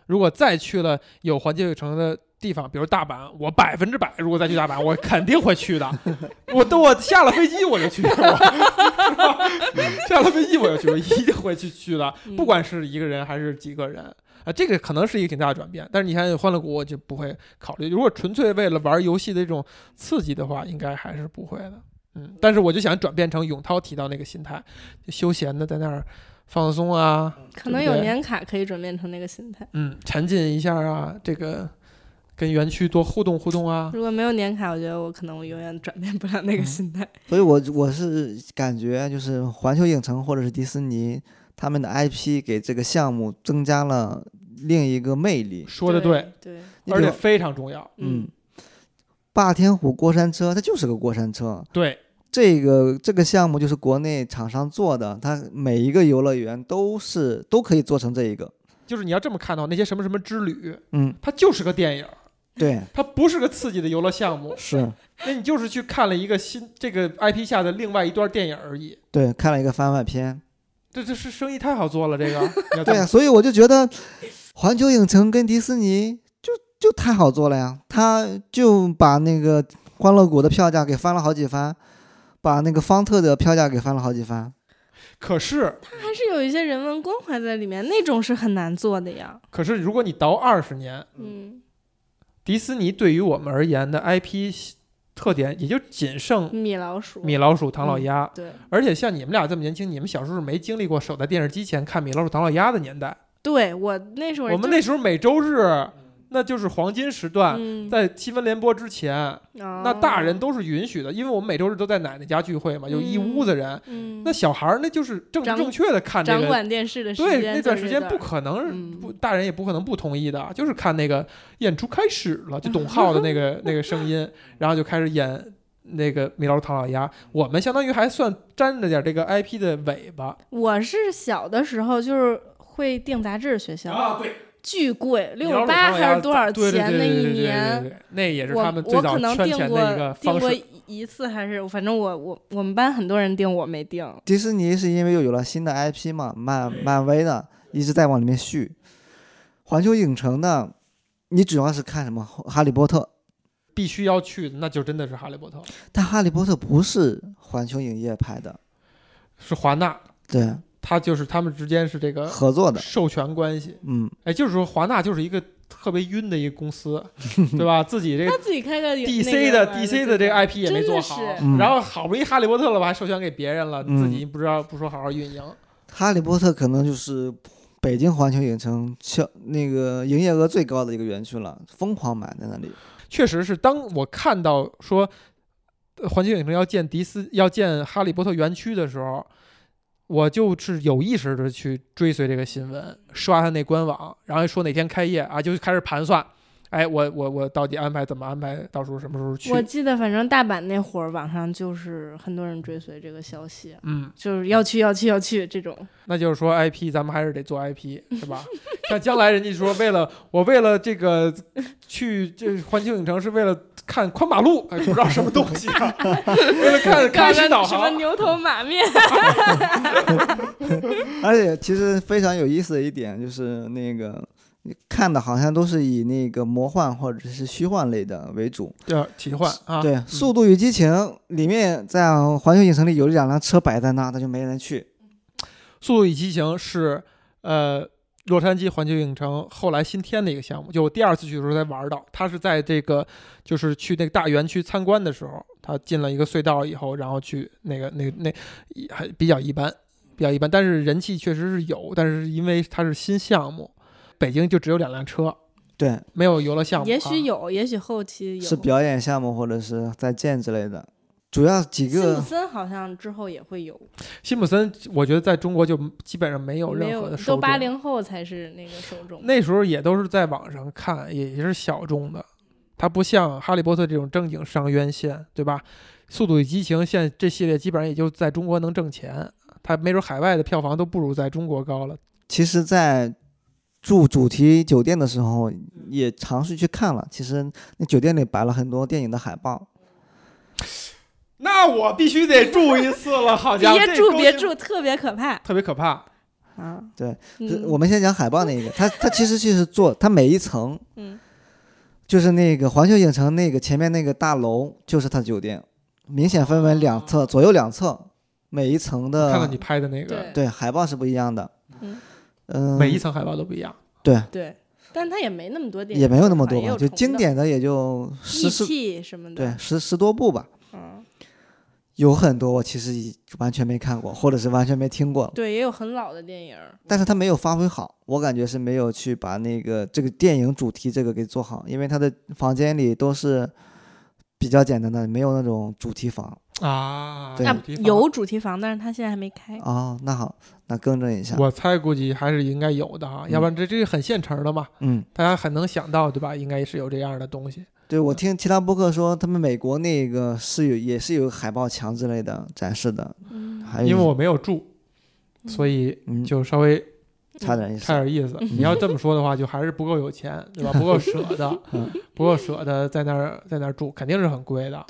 B: 如果再去了有环球影城的地方，比如大阪，我百分之百，如果再去大阪，我肯定会去的。 我等我下了 飞机我就去，我是吧下了飞机我就去，我一定会去去的，
A: 嗯
B: 不管是一个人还是几个人。啊，这个可能是一个挺大的转变，但是你看欢乐谷，我就不会考虑。如果纯粹为了玩游戏的这种刺激的话，应该还是不会的。嗯，但是我就想转变成永涛提到那个心态，就休闲的在那儿放松啊，
A: 可能有年卡可以转变成那个心态。
B: 嗯，沉浸一下啊，这个跟园区多互动互动啊。
A: 如果没有年卡，我觉得我可能我永远转变不了
B: 嗯
A: 那个心态。
C: 所以我我是感觉就是环球影城或者是迪士尼他们的 IP 给这个项目增加了另一个魅力。
B: 说的对，
A: 对，
C: 你
B: 而
C: 比
B: 且
C: 如
B: 非常重要。
C: 嗯，霸天虎过山车它就是个过山车，
B: 对，
C: 这个这个项目就是国内厂商做的，它每一个游乐园都是都可以做成这一个。
B: 就是你要这么看到那些什么什么之旅，
C: 嗯，
B: 它就是个电影，
C: 对，
B: 它不是个刺激的游乐项目。
C: 是
B: 那你就是去看了一个新这个 IP 下的另外一段电影而已。
C: 对，看了一个番外篇。
B: 这这是生意太好做了，这 个你要这
C: 对啊
B: 么
C: 呀、所以我就觉得环球影城跟迪士尼就就太好做了呀，他就把那个欢乐谷的票价给翻了好几番，把那个方特的票价给翻了好几番。
B: 可是
A: 它还是有一些人文关怀在里面，那种是很难做的呀。
B: 可是，如果你倒二十年，
A: 嗯，
B: 迪士尼对于我们而言的 IP 特点也就仅剩
A: 嗯米老鼠，
B: 米老鼠、唐老鸭。
A: 对
B: 而且像你们俩这么年轻，你们小时候是没经历过守在电视机前看《米老鼠唐老鸭》的年代。
A: 对，我那时候
B: 我们
A: 就
B: 那时候每周日，那就是黄金时段，
A: 嗯，哦
B: 在新闻联播之前，
A: 那
B: 那大人都是允许的，因为我们每周日都在奶奶家聚会嘛，有一屋子人。
A: 嗯，
B: 那小孩儿那就是正
A: 掌
B: 正确的看这
A: 掌
B: 个，
A: 管电视的时间
B: 对那段时间不可
A: 嗯
B: 能不，大人也不可能不同意的，就是看那个演出开始了，就董浩的那 个那个声音，然后就开始演。那个米老鼠唐老鸭，我们相当于还算沾着点这个 IP 的尾巴，
A: 我是小的时候就是会订杂志，学校、
B: 啊，对，
A: 巨贵，六
B: 米老
A: 十
B: 鼠唐
A: 八
B: 老
A: 还
B: 鸭
A: 是多少
B: 对对
A: 钱
B: 对
A: 那
B: 对
A: 一
B: 对对
A: 年
B: 对。对对那也是
A: 我
B: 他们最
A: 我
B: 早
A: 可能
B: 圈
A: 订
B: 钱
A: 过
B: 的一个
A: 订
B: 方
A: 过
B: 式。
A: 一一次还是反正我我我们班很多人订，我没订。
C: 迪士尼是因为又有了新的 IP 嘛，漫漫威的一直在往里面续。环球影城呢，你主要是看什么？哈利波特，
B: 必须要去的，那就真的是《哈利波特》，
C: 但哈利波特不是环球影业拍的，
B: 是华纳，
C: 对，
B: 他就是他们之间是这个
C: 合作的。
B: 授权关系。
C: 嗯，
B: 哎，就是说华纳就是一个特别晕的一个 公司，对吧？自己这
A: 他
B: 个
A: 自己开个
B: DC 的 DC 的这个 IP 也没做好
A: 真的是，
C: 嗯
B: 然后好不容易《哈利波特》了吧，还授权给别人了，
C: 嗯
B: 自己不知道不说好好运营。
C: 哈利波特可能就是北京环球影城销那个营业额最高的一个园区了，疯狂买在 那里。
B: 确实是，当我看到说呃环球影城要建迪斯要建哈利波特园区的时候，我就是有意识的去追随这个新闻，刷他那官网，然后说哪天开业啊，就开始盘算，哎，我我我到底安排怎么安排，到时候什么时候去
A: 我？记得反正大阪那会儿网上就是很多人追随这个消息，
B: 嗯，
A: 就是要去要去要去这种。
B: 那就是说 IP，咱们还是得做 IP，是吧？像将来人家说为了我为了这个去这环球影城是为了看宽马路，哎，不知道什么东西啊， 为了看
A: 看
B: 看时导
A: 什么
B: 航，
A: 牛头马面，
C: 而且其实非常有意思的一点就是那个。你看的好像都是以那个魔幻或者是虚幻类的为主，
B: 对，奇幻啊，
C: 对，
A: 嗯
C: 《速度与激情》里面在环球影城里有两辆车摆在那，那就没人去。
B: 《 《速度与激情》是呃洛杉矶环球影城后来新添的一个项目，就我第二次去的时候才玩到。它是在这个就是去那个大园区参观的时候，它进了一个隧道以后，然后去那个那那还比较一般，比较一般，但是人气确实是有，但是因为它是新项目，北京就只有两辆车，
C: 对，
B: 没有游乐项目、啊，
A: 也许有，也许后期有。
C: 是表演项目或者是在建之类的，主要几
A: 辛普
C: 个
A: 森好像之后也会有，
B: 辛普森，我觉得在中国就基本上没有
A: 没
B: 任何
A: 有
B: 的
A: 都
B: 受
A: 八
B: 众。
A: 零后才是那个受众。
B: 那时候也都是在网上看，也是小众的。它不像《哈利波特》这种正经上院线，对吧？《速度与激情》现在这系列基本上也就在中国能挣钱，它没准海外的票房都不如在中国高了。
C: 其实，在住主题酒店的时候，也尝试去看了。其实那酒店里摆了很多电影的海报，
B: 那我必须得住一次了，好
A: 别住，别，住，特别可怕
B: 特别可怕。
A: 啊！
C: 对，是
A: 嗯、
C: 我们先讲海报那一个，它它其实就是做它每一层，
A: 嗯，
C: 就是那个环球影城那个前面那个大楼就是它的酒店，明显分为两侧，
A: 哦
C: 左右两侧，每一层的
B: 看到你拍的那个，
A: 对
C: 对海报是不一样的，
A: 嗯
C: 嗯，
B: 每一层海报都不一样。
C: 对
A: 对，但它也没那么多电影，
C: 也没有那么多
A: 也
C: 吧，
A: 有
C: 就
A: 重的
C: 经典的也就十
A: 义
C: 十
A: 气什么的，
C: 对，十十多部吧，
A: 嗯，
C: 有很多我其实已完全没看过，或者是完全没听过，
A: 对，也有很老的电影，
C: 但是他没有发挥好，我感觉是没有去把那个这个电影主题这个给做好，因为他的房间里都是比较简单的，没有那种主题房
B: 啊，
C: 对
A: 那
B: 主题房
A: 有主题房，但是它现在还没开。
C: 哦。那好，那更正一下，
B: 我猜估计还是应该有的哈，
C: 嗯
B: 要不然这这是很现成的嘛，
C: 嗯，
B: 大家很能想到对吧？应该是有这样的东西。
C: 对我听其他播客说，他们美国那个是有也是有海报墙之类的展示的，
A: 嗯，
C: 还有
B: 因为我没有住，所以
C: 嗯
B: 就稍微
C: 差点意思
B: 差，点意
A: 嗯
B: 思。你要这么说的话，就还是不够有钱， 对吧？不够舍得
C: 嗯，
B: 不够舍得在那儿在那儿住，肯定是很贵的。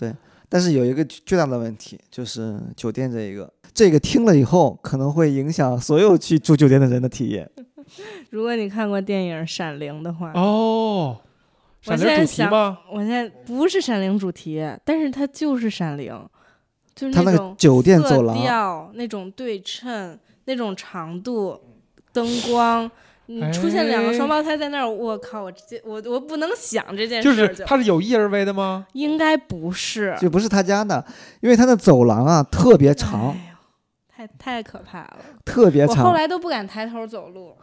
C: 但是有一个巨巨大的问题，就是酒店这一个，这个听了以后可能会影响所有去住酒店的人的体验。
A: 如果你看过电影《闪灵》的话，
B: 哦，
A: 我
B: 闪
A: 现在
B: 灵主题
A: 想
B: 吗？
A: 我现在不是《闪灵》主题，但是它就是《闪灵》，就是
C: 他那个
A: 种
C: 酒店走
A: 色
B: 啊
C: 廊，啊
A: 调、那种对称、那种长度、灯光。
B: 哎
A: 嗯，出现两个双胞胎在那儿，我靠！我直接我我不能想这件事
B: 就
A: 儿
B: 是
A: 就，
B: 他是有意而为的吗？
A: 应该不是
C: 就不是他家的，因为他的走廊啊特别长，
A: 哎呦太太可怕了！
C: 特别
A: 我后
C: 长，
A: 来都不敢抬头走路。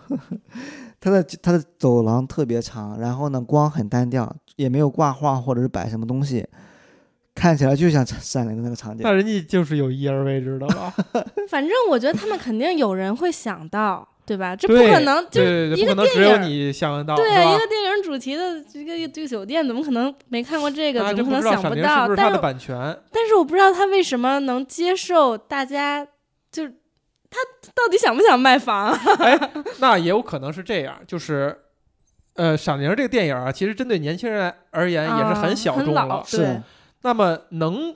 C: 他的他的走廊特别长，然后呢光很单调，也没有挂画或者是摆什么东西，看起来就像闪闪灵的那个场景
B: 那。人家就是有意而为之的吧？
A: 反正我觉得他们肯定有人会想到，对吧？这不
B: 对
A: 可能， 就
B: 对
A: 是
B: 对对，
A: 一
B: 不
A: 个
B: 可能只
A: 电
B: 有
A: 影
B: 你想得到，
A: 对啊
B: 是吧
A: 一个电影主题的这个这个酒店，怎么可能没看过这个？
B: 啊，
A: 怎
B: 真
A: 么
B: 不
A: 可
B: 知
A: 能想
B: 道闪灵是
A: 到？
B: 不是他
A: 但
B: 的
A: 是
B: 版权？
A: 但是我不知道他为什么能接受大家，就是他到底想不想卖房啊？
B: 那也有可能是这样，就是，呃，《闪灵》这个电影啊，其实针对年轻人而言也是
A: 啊
B: 很小
A: 很
B: 众
A: 老
B: 了。
C: 是啊
B: 那么能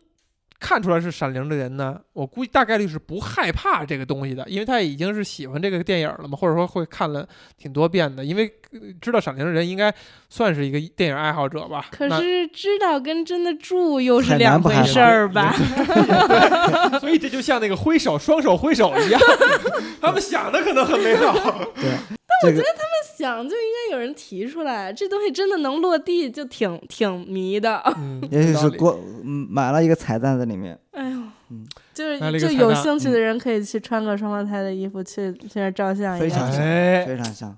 B: 看出来是《闪灵》的人呢，我估计大概率是不害怕这个东西的，因为他已经是喜欢这个电影了嘛，或者说会看了挺多遍的。因为呃知道《闪灵》的人应该算是一个电影爱好者吧？
A: 可
B: 那
A: 是知道跟真的住又是
C: 很
A: 两
C: 难不
A: 回
C: 害怕
A: 事儿吧？
B: 所以这就像那个挥手双手挥手 一样，他们想的可能很美好。
C: 对，这个
A: 想就应该有人提出来，这东西真的能落地，就挺挺迷的。
B: 嗯，
C: 也许
B: 有道
C: 是
B: 理
C: 过嗯买了一个彩蛋在里面。
A: 哎呦
C: 嗯，
A: 就是
B: 来了一个
A: 就
B: 彩
A: 有
B: 蛋
A: 兴趣的人可以去穿个双胞胎的衣服去去那儿照相
C: 非
A: 一
C: 常
A: 下。
B: 哎，
C: 非常像，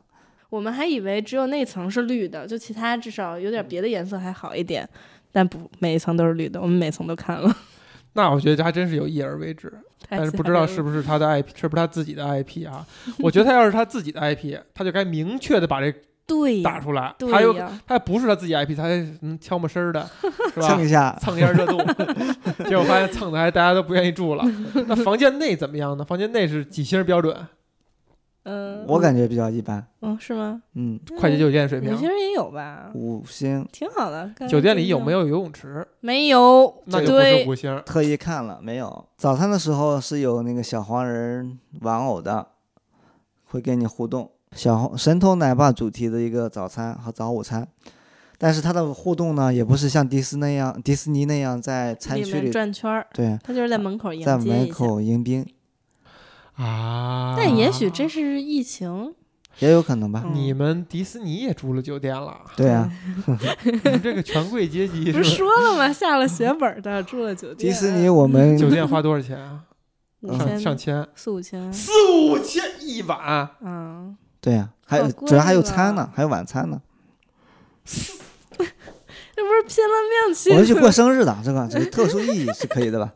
A: 我们还以为只有那层是绿的，就其他至少有点别的颜色还好一点，
B: 嗯
A: 但不，每一层都是绿的，我们每层都看了。
B: 那我觉得还真是有意而为之。
A: 太
B: 但是不
A: 吓
B: 知道
A: 人
B: 是
A: 了
B: 不是他的 IP，是不是他自己的 IP 啊？我觉得他要是他自己的 IP，他就该明确的把这
A: 对
B: 打
A: 呀，
B: 出来。
A: 对
B: 他又
A: 呀，
B: 他不是他自己 IP，他还能悄没声儿 的，是吧
C: 蹭？一下，
B: 蹭一下热度， 结果发现蹭的还大家都不愿意住 了。那房间内怎么样呢？房间内是几星标准？
A: 嗯，
C: 我感觉比较一般。
A: 嗯是吗？
C: 嗯，
B: 呃快捷酒店水
A: 有些
B: 平。
A: 人也也有吧，
C: 五星
A: 挺好的。干
B: 酒店里有没
A: 有？
B: 有游泳池？
A: 没有，
B: 那就不是
A: 对
B: 五星。
C: 特意看了没有？早餐的时候是有那个小黄人玩偶的，会跟你互动。小黄神偷奶爸主题的一个早餐和早午餐，但是它的互动呢，也不是像迪斯那样迪士尼那样在餐
A: 里
C: 区
A: 面
C: 里
A: 转圈儿，
C: 对，
A: 他就是在门口迎
C: 在
A: 接
C: 门
A: 一下。
C: 口迎宾。
B: 啊。
A: 但也许这是疫 情，
C: 也有可能吧。
A: 嗯
B: 你们迪士尼也住了酒店 了，
C: 对啊，
B: 你们这个权贵阶级
A: 不是
B: 是吧
A: 说了吗？下了血本的住了酒
C: 迪
A: 店，
C: 士尼我们
B: 酒店花多少钱啊？
A: 五
C: 嗯
B: 上
A: 千
B: 上千，
A: 四五千，
B: 四五千一晚，
A: 嗯，
C: 对啊，还有
A: 好贵
C: 主要还有
A: 了
C: 餐呢，还有晚餐呢。
A: 这不是拼了命去
C: 我们去过生日的，这个这个特殊意义是可以的吧？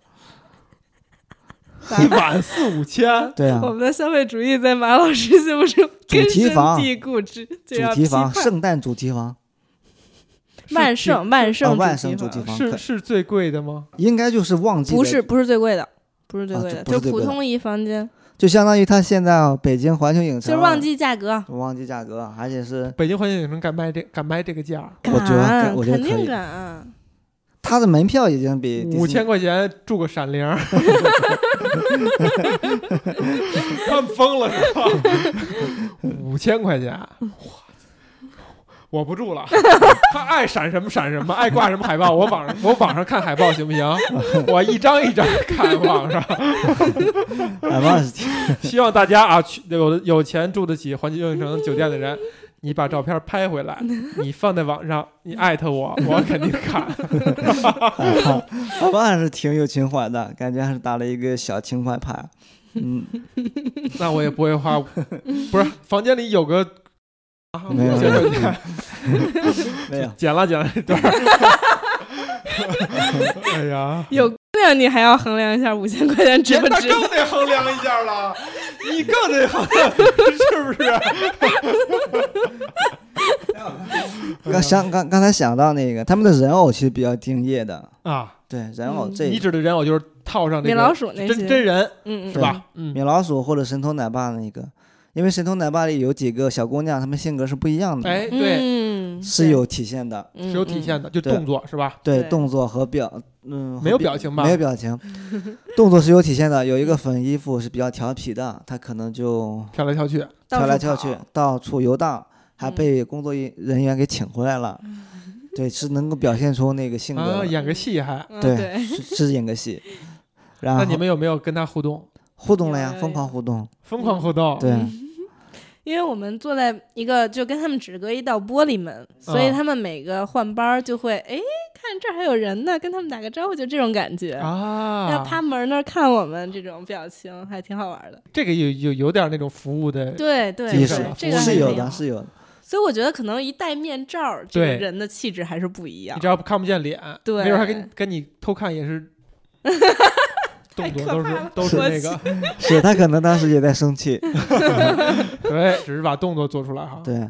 B: 一晚四五千，
C: 对啊，
A: 我们的消费主义在马老师心目中根
C: 题
A: 深
C: 房
A: 蒂固之，就
C: 主
A: 要
C: 题
A: 批
C: 房，
A: 判
C: 圣诞主题房
A: 万盛万
C: 啊，
A: 盛
C: 万圣主
A: 主题
C: 题
A: 房
C: 房
B: 是
C: 可
B: 是最贵的吗？
C: 应该就是旺季的，
A: 不是不是最贵的，不是最
C: 啊
A: 贵
C: 这
A: 的，
C: 不是
A: 就
C: 最
A: 普
C: 贵的
A: 通一房间，
C: 就相当于它现在啊北京环球影城
A: 就是旺季价格，
C: 旺季价格，而且是
B: 北京环球影城敢卖这敢卖这个价儿，
C: 我觉得
A: 敢啊
C: 我觉得
A: 肯
C: 可
A: 定
C: 以
A: 敢，
C: 它的门票已经比迪士尼
B: 五千块钱住个闪灵儿， 他们疯了是吧？五千块钱，我我不住了，他爱闪什么闪什么，爱挂什么海报，我网上我网上看海报行不行？我一张一张看网上，
C: 海报是
B: 希望大家啊，去有的有钱住得起环球影城酒店的人。你把照片拍回来，你放在网上，你艾特我，我肯定看。
C: 海报，海报还是挺有情怀的，感觉还是打了一个小情怀牌。嗯，
B: 那我也不 会花，不是房间里有个啊，
C: 没有
B: 五千块钱，
C: 没有，
B: 剪了剪了一段儿。 哎呀，
A: 有姑娘你还要衡量一下五千块钱值不
B: 那
A: 值？
B: 更得衡量一下了， 你更得衡量，是不是？
C: 刚想刚刚才想到那个，他们的人偶其实比较敬业的，
B: 啊，
C: 对人偶
A: 嗯
C: 这
B: 你指的人偶就是套上
A: 米
B: 这
A: 老
B: 个
A: 鼠那
B: 真真
A: 些，
B: 人
A: 嗯嗯，
B: 是吧？嗯，
C: 米老鼠或者神偷奶爸那个，因为神偷奶爸里有几个小姑娘，她们性格是不一样的，
B: 哎，对，
A: 嗯，
C: 是有体现的。
A: 是
B: 是有体
A: 嗯
B: 现的，就
C: 对
B: 动作是吧？
C: 对
A: 对
C: 动作和表，嗯，和
B: 没有表情吧
C: 没有 表情，动作是有体现的。有一个粉衣服是比较调皮的，他可能就
B: 跳来跳去，
C: 跳来跳去，到处游荡，还
A: 嗯
C: 被工作人员给请回来了。对，是能够表现出那个性格
B: 啊，
C: 的，
B: 演个戏还。
A: 嗯
C: 对
A: 对，
C: 是是演 个戏。然
B: 那
C: 后
B: 你们有哦没有跟他互动？
C: 互动了
A: 有
C: 呀，
A: 有
C: 疯狂
A: 有嗯
C: 互动，
B: 疯狂互动，
C: 对，
A: 因为我们坐在一个就跟他们只隔一道玻璃门，所以
B: 啊
A: 他们每个换班儿就会哎看这儿还有人呢，跟他们打个招呼，就这种感觉。要
B: 啊，
A: 趴门儿那儿看我们这种表情还挺好玩的，这
B: 这个有有有点那种服务的
A: 对对
B: 技
A: 对，
B: 术
A: 这
B: 服
A: 个
B: 务
A: 还
C: 是
B: 力
C: 有
A: 挺
C: 的，
A: 好
C: 是有的。
A: 所以我觉得可能一戴面罩儿，这
B: 对
A: 个人的气质还是不一样
B: 你。只要看不见脸，
A: 对
B: 没准还跟你跟你偷 看也是，
A: 太可怕了
B: 动作都是都是
A: 我
B: 那个，
C: 是他可能当时也在生 气，
B: 对，只是把动作做出来哈。
C: 对，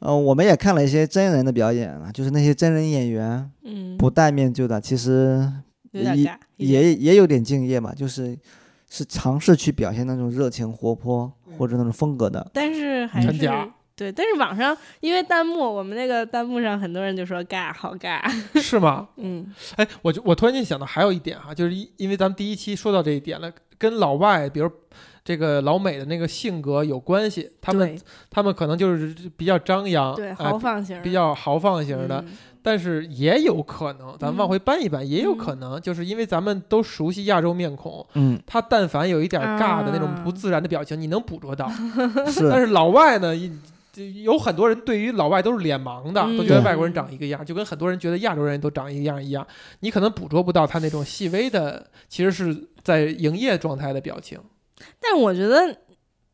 C: 呃，我们也看了一些真人的表演啊，就是那些真人演员
A: 嗯，
C: 不戴面具的，其实
A: 有点
C: 一
A: 尬，一点
C: 也也有点敬业嘛，就是是尝试去表现那种热情、活泼
A: 嗯
C: 或者那种风格的。
A: 但是还
B: 掺
A: 是
B: 假
A: 对，但是网上因为弹幕，我们那个弹幕上很多人就说尬，好尬，
B: 是吗？
A: 嗯
B: 哎，我就我突然间想到还有一点哈，就是因因为咱们第一期说到这一点了，跟老外，比如这个老美的那个性格有关系，他们他们可能就是比较张扬，
A: 对对
B: 哎
A: 豪放型儿，
B: 比较豪放型的，
A: 嗯
B: 但是也有可能，咱们往回搬一搬，也有
A: 嗯
B: 可能就是因为咱们都熟悉亚洲面孔，
C: 嗯，
B: 他但凡有一点尬的那种
A: 啊
B: 不自然的表情，你能捕 捉到。但
C: 是
B: 是老外呢，一就有很多人对于老外都是脸盲的，
A: 嗯
B: 都觉得外国人长一个样，就跟很多人觉得亚洲人都长一个样一样，你可能捕捉不到他那种细微的，其实是在营业状态的表情。
A: 但我觉得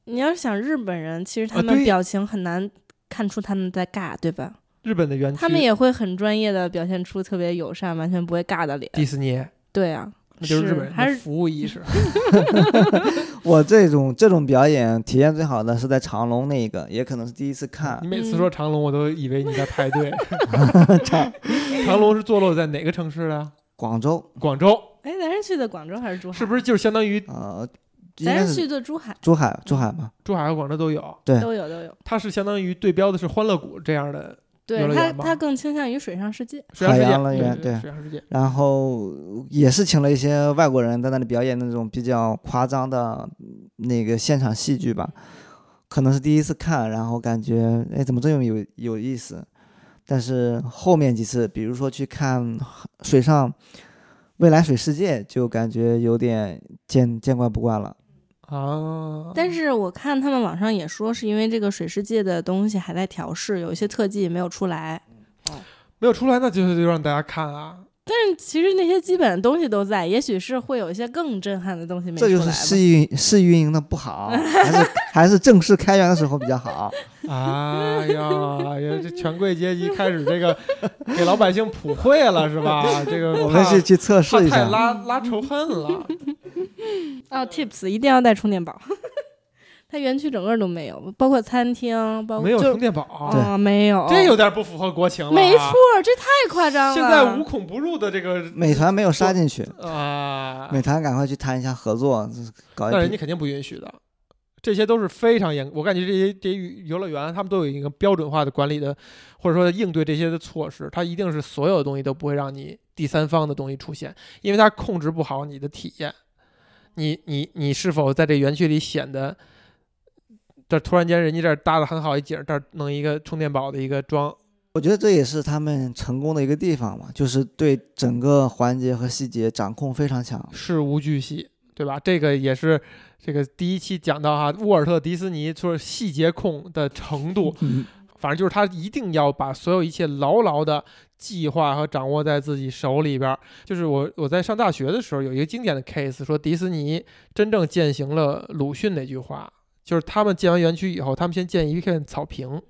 A: 你要是想日本人，其实
B: 啊
A: 他们
B: 对
A: 表情很难看出他们在尬，对吧？
B: 日本的园区，
A: 他们也会很专业的表现出特别友善，完全不会尬的脸。
B: 迪士尼，
A: 对啊，
B: 那就
A: 是
B: 是日本人
A: 还
B: 的
A: 是
B: 服务 意识。
C: 我这种这种表演体验最好的是在长隆那个，也可能是第一次看
A: 嗯
B: 你每次说长隆，我都以为你在 排队。长隆是坐落在哪个城市的？
C: 广州，
B: 广州，
A: 哎，咱是去的广州还是珠海？
B: 是不是就是相当于
C: 呃，应
A: 咱
C: 该
A: 是去
C: 是
A: 的珠海，
C: 珠海，珠海嘛，
B: 珠海和广州都有？
C: 对
A: 都有都有。
B: 它是相当于对标的是欢乐谷这样的游
A: 对
B: 乐
A: 他，
B: 园吗
A: 他更倾向于水上世界。
B: 水上世界
C: 海洋乐园
B: 对
C: 对
B: 水上世界。
C: 然后也是请了一些外国人在那里表演那种比较夸张的嗯那个现场戏剧吧，可能是第一次看，然后感觉哎怎么这么有有意思，但是后面几次，比如说去看水上未来水世界，就感觉有点见见怪不怪了。
B: 啊，
A: 但是我看他们网上也说，是因为这个水世界的东西还在调试，有一些特技没有出来。
B: 没有出来，那就是就让大家看啊。
A: 但是嗯其实那些基本的东西都在，也许是会有一些更震撼的东西没出
C: 这
A: 来
C: 就
A: 吧。
B: 啊
C: 是试运试运营的不 好，还是还是正式开源的时候比较好。
B: 哎呀，也这权贵阶级开始 这个给老百姓普惠了是吧？这个
C: 我们
B: 怕
C: 是去测
B: 怕
C: 试一
B: 太
C: 下，
B: 拉拉仇恨了。
A: 哦，tips 一定要带充电宝。 它园区整个都没有，包括餐厅，包括
B: 没有
A: 嗯就
B: 充电宝，
C: 对
A: 哦，没有，
B: 这有点不符合国情了啊。啊
A: 没错，这太夸张了。
B: 现在无孔不入的这个
C: 美团没有杀进去，
B: 啊，
C: 美团赶快去谈一下合作，搞
B: 那
C: 一
B: 人家
C: 批。
B: 肯定不允许的。这些都是非常严，我感觉这些这些游乐园他们都有一个标准化的管理的，或者说应对这些的措施，它一定是所有的东西都不会让你第三方的东西出现，因为它控制不好你的体验，你你你是否在这园区里显得，这突然间人家这儿搭的很好一景儿，这儿弄一个充电宝的一个桩，
C: 我觉得这也是他们成功的一个地方嘛，就是对整个环节和细节掌控非常强。
B: 事无巨细，对吧？这个也是这个第一期讲到哈，沃尔特迪斯尼就是细节控的程度，反正就是他一定要把所有一切牢牢的计划和掌握在自己手里边儿。就是我我在上大学的时候有一个经典的 case，说迪士尼真正践行了鲁迅那句话，就是他们建完园区以后，他们先建一片草坪，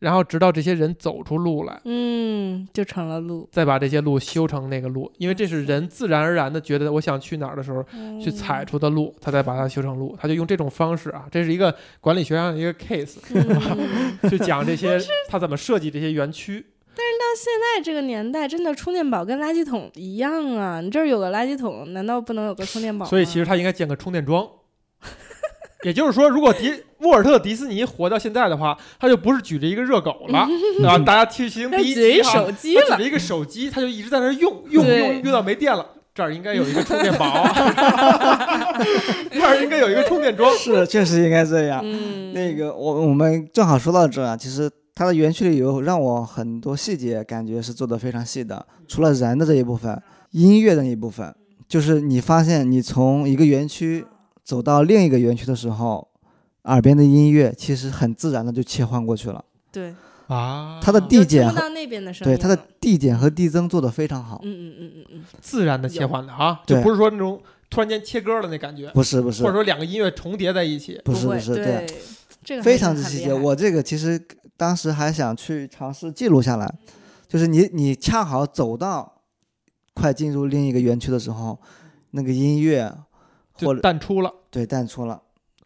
B: 然后直到这些人走出路来。
A: 嗯，就成了路。
B: 再把这些路修成那个路，因为这是人自然而然的觉得我想去哪儿的时候，
A: 嗯
B: 去踩出的路，他再把它修成路，他就用这种方式啊，这是一个管理学上的一个 case，
A: 嗯。
B: 就讲这些他怎么设计这些园区。
A: 在这个年代，真的充电宝跟垃圾桶一样啊！你这儿有个垃圾桶，难道不能有个充电宝吗？
B: 所以其实他应该建个充电桩。 也就是说，如果迪沃尔特迪士尼活到现在的话，他就不是举着一个热狗 了，对吧？大家听 听
A: 那
B: 第一
A: 举
B: 集
A: 一
C: 啊
B: 哈
A: 手机
B: 他
A: 了
B: 举，着一个手机，啊他就一直在那儿用用
A: 对
B: 用用到没电了。这儿应该有一个充电宝， 这儿应该有一个充电桩。
C: 是，确实应该这样。
A: 嗯，
C: 那个，我我们正好说到这儿啊，其实它的园区里有让我很多细节感觉是做得非常细的，
B: 嗯
C: 除了人的这一部分，音乐的那一部分，就是你发现你从一个园区走到另一个园区的时候，耳边的音乐其实很自然的就切换过去了，
A: 对，
B: 啊
C: 它的地
A: 就
C: 点
A: 听不
C: 和
A: 到那边的声音
C: 对
A: 了。
C: 它的递减和递增做得非常好，
A: 嗯嗯嗯嗯嗯，
B: 自然的切换的哈，
C: 有
B: 就不是说那种突然间切割的那感觉，
C: 不是不是
B: 或者说两个音乐重叠在一起。
C: 不是
A: 会
C: 不是，对啊
A: 对，这个
C: 非
A: 还是
C: 常
A: 很
C: 之细
A: 厉
C: 节。
A: 害
C: 我这个其实当时还想去尝试记录下来，就是你你恰好走到快进入另一个园区的时候，那个音乐
B: 就
C: 或者
B: 淡出了，
C: 对淡出了，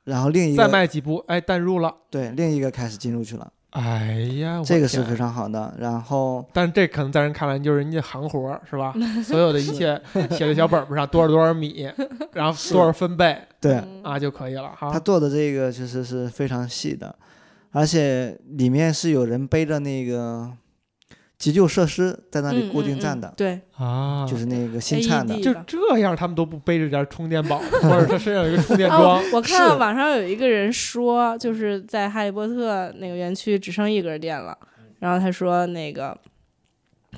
C: 然后另一
B: 再
C: 个
B: 迈几步，哎，淡入了。
C: 对另一个开始进入去了，
B: 哎呀，我
C: 这个是
B: 天
C: 非常好的。然后
B: 但是这可能在人看来就是人家行活儿是吧？所有的一切 写在小本本上，多少多少米，然后多少分贝
C: 对
A: 嗯
B: 啊就可以了
C: 他
B: 哈。
C: 做的这个其实是非常细的，而且里面是有人背着那个急救设施在那里
A: 嗯
C: 固
A: 嗯
C: 定
A: 嗯 E
C: 站的，
A: 对，
B: 啊
C: 就是那个新灿的
A: AED
B: 就这样，他们都不背着点充电宝，或者他身上有一个充电桩
A: 哦，我看到
C: 是
A: 网上有一个人说，就是在哈利波特那个园区只剩一根电了，
C: 嗯
A: 然后他说那个。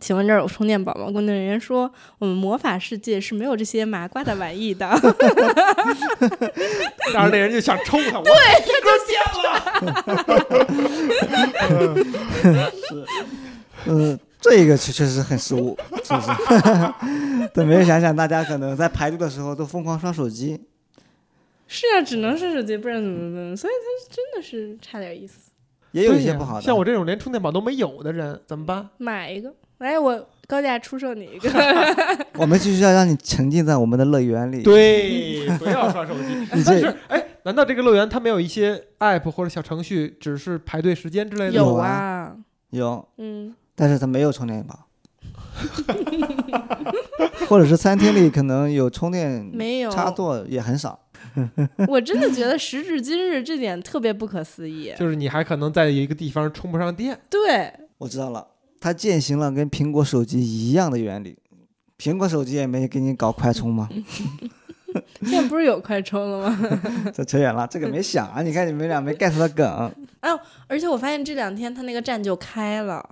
A: 请问这儿有充电宝吗？工作人员说，我们魔法世界是没有这些麻瓜的玩意的。
B: 但是那人就想抽他，我对，
C: 嗯，这个确确实很失误，是不是？ 对，没有想想大家可能在排队的时候都疯狂刷手机，
A: 是啊，只能是手机，不然怎么怎么，所以他真的是差点意思。
C: 也有一些不好的。
B: 像我这种连充电宝都没有的人怎么办？
A: 买一个，来，我高价出售你一 个。
C: 我们就是要让你沉浸在我们的乐园里。
B: 对， 不要刷手机。但
C: 你这
B: 是，哎，难道这个乐园它没有一些 app 或者小程序，只是排队时间之类的？
C: 有啊
A: 啊，
C: 有，
A: 嗯，
C: 但是它没有充电宝， 或者是餐厅里可能有啊充电
A: 没有。
C: 插座也很少。
A: 我真的觉得时至今日这点特别不可思 议。
B: 就是你还可能在一个地方充不上电。
A: 对，
C: 我知道了，它践行了跟苹果手机一样的原理。苹果手机也没给你搞快 充吗？
A: 现在不是有快充了吗？
C: 这扯远了，这个没想啊！你看你们俩没 get 到梗。
A: 而且我发现这两天他那个站就开了，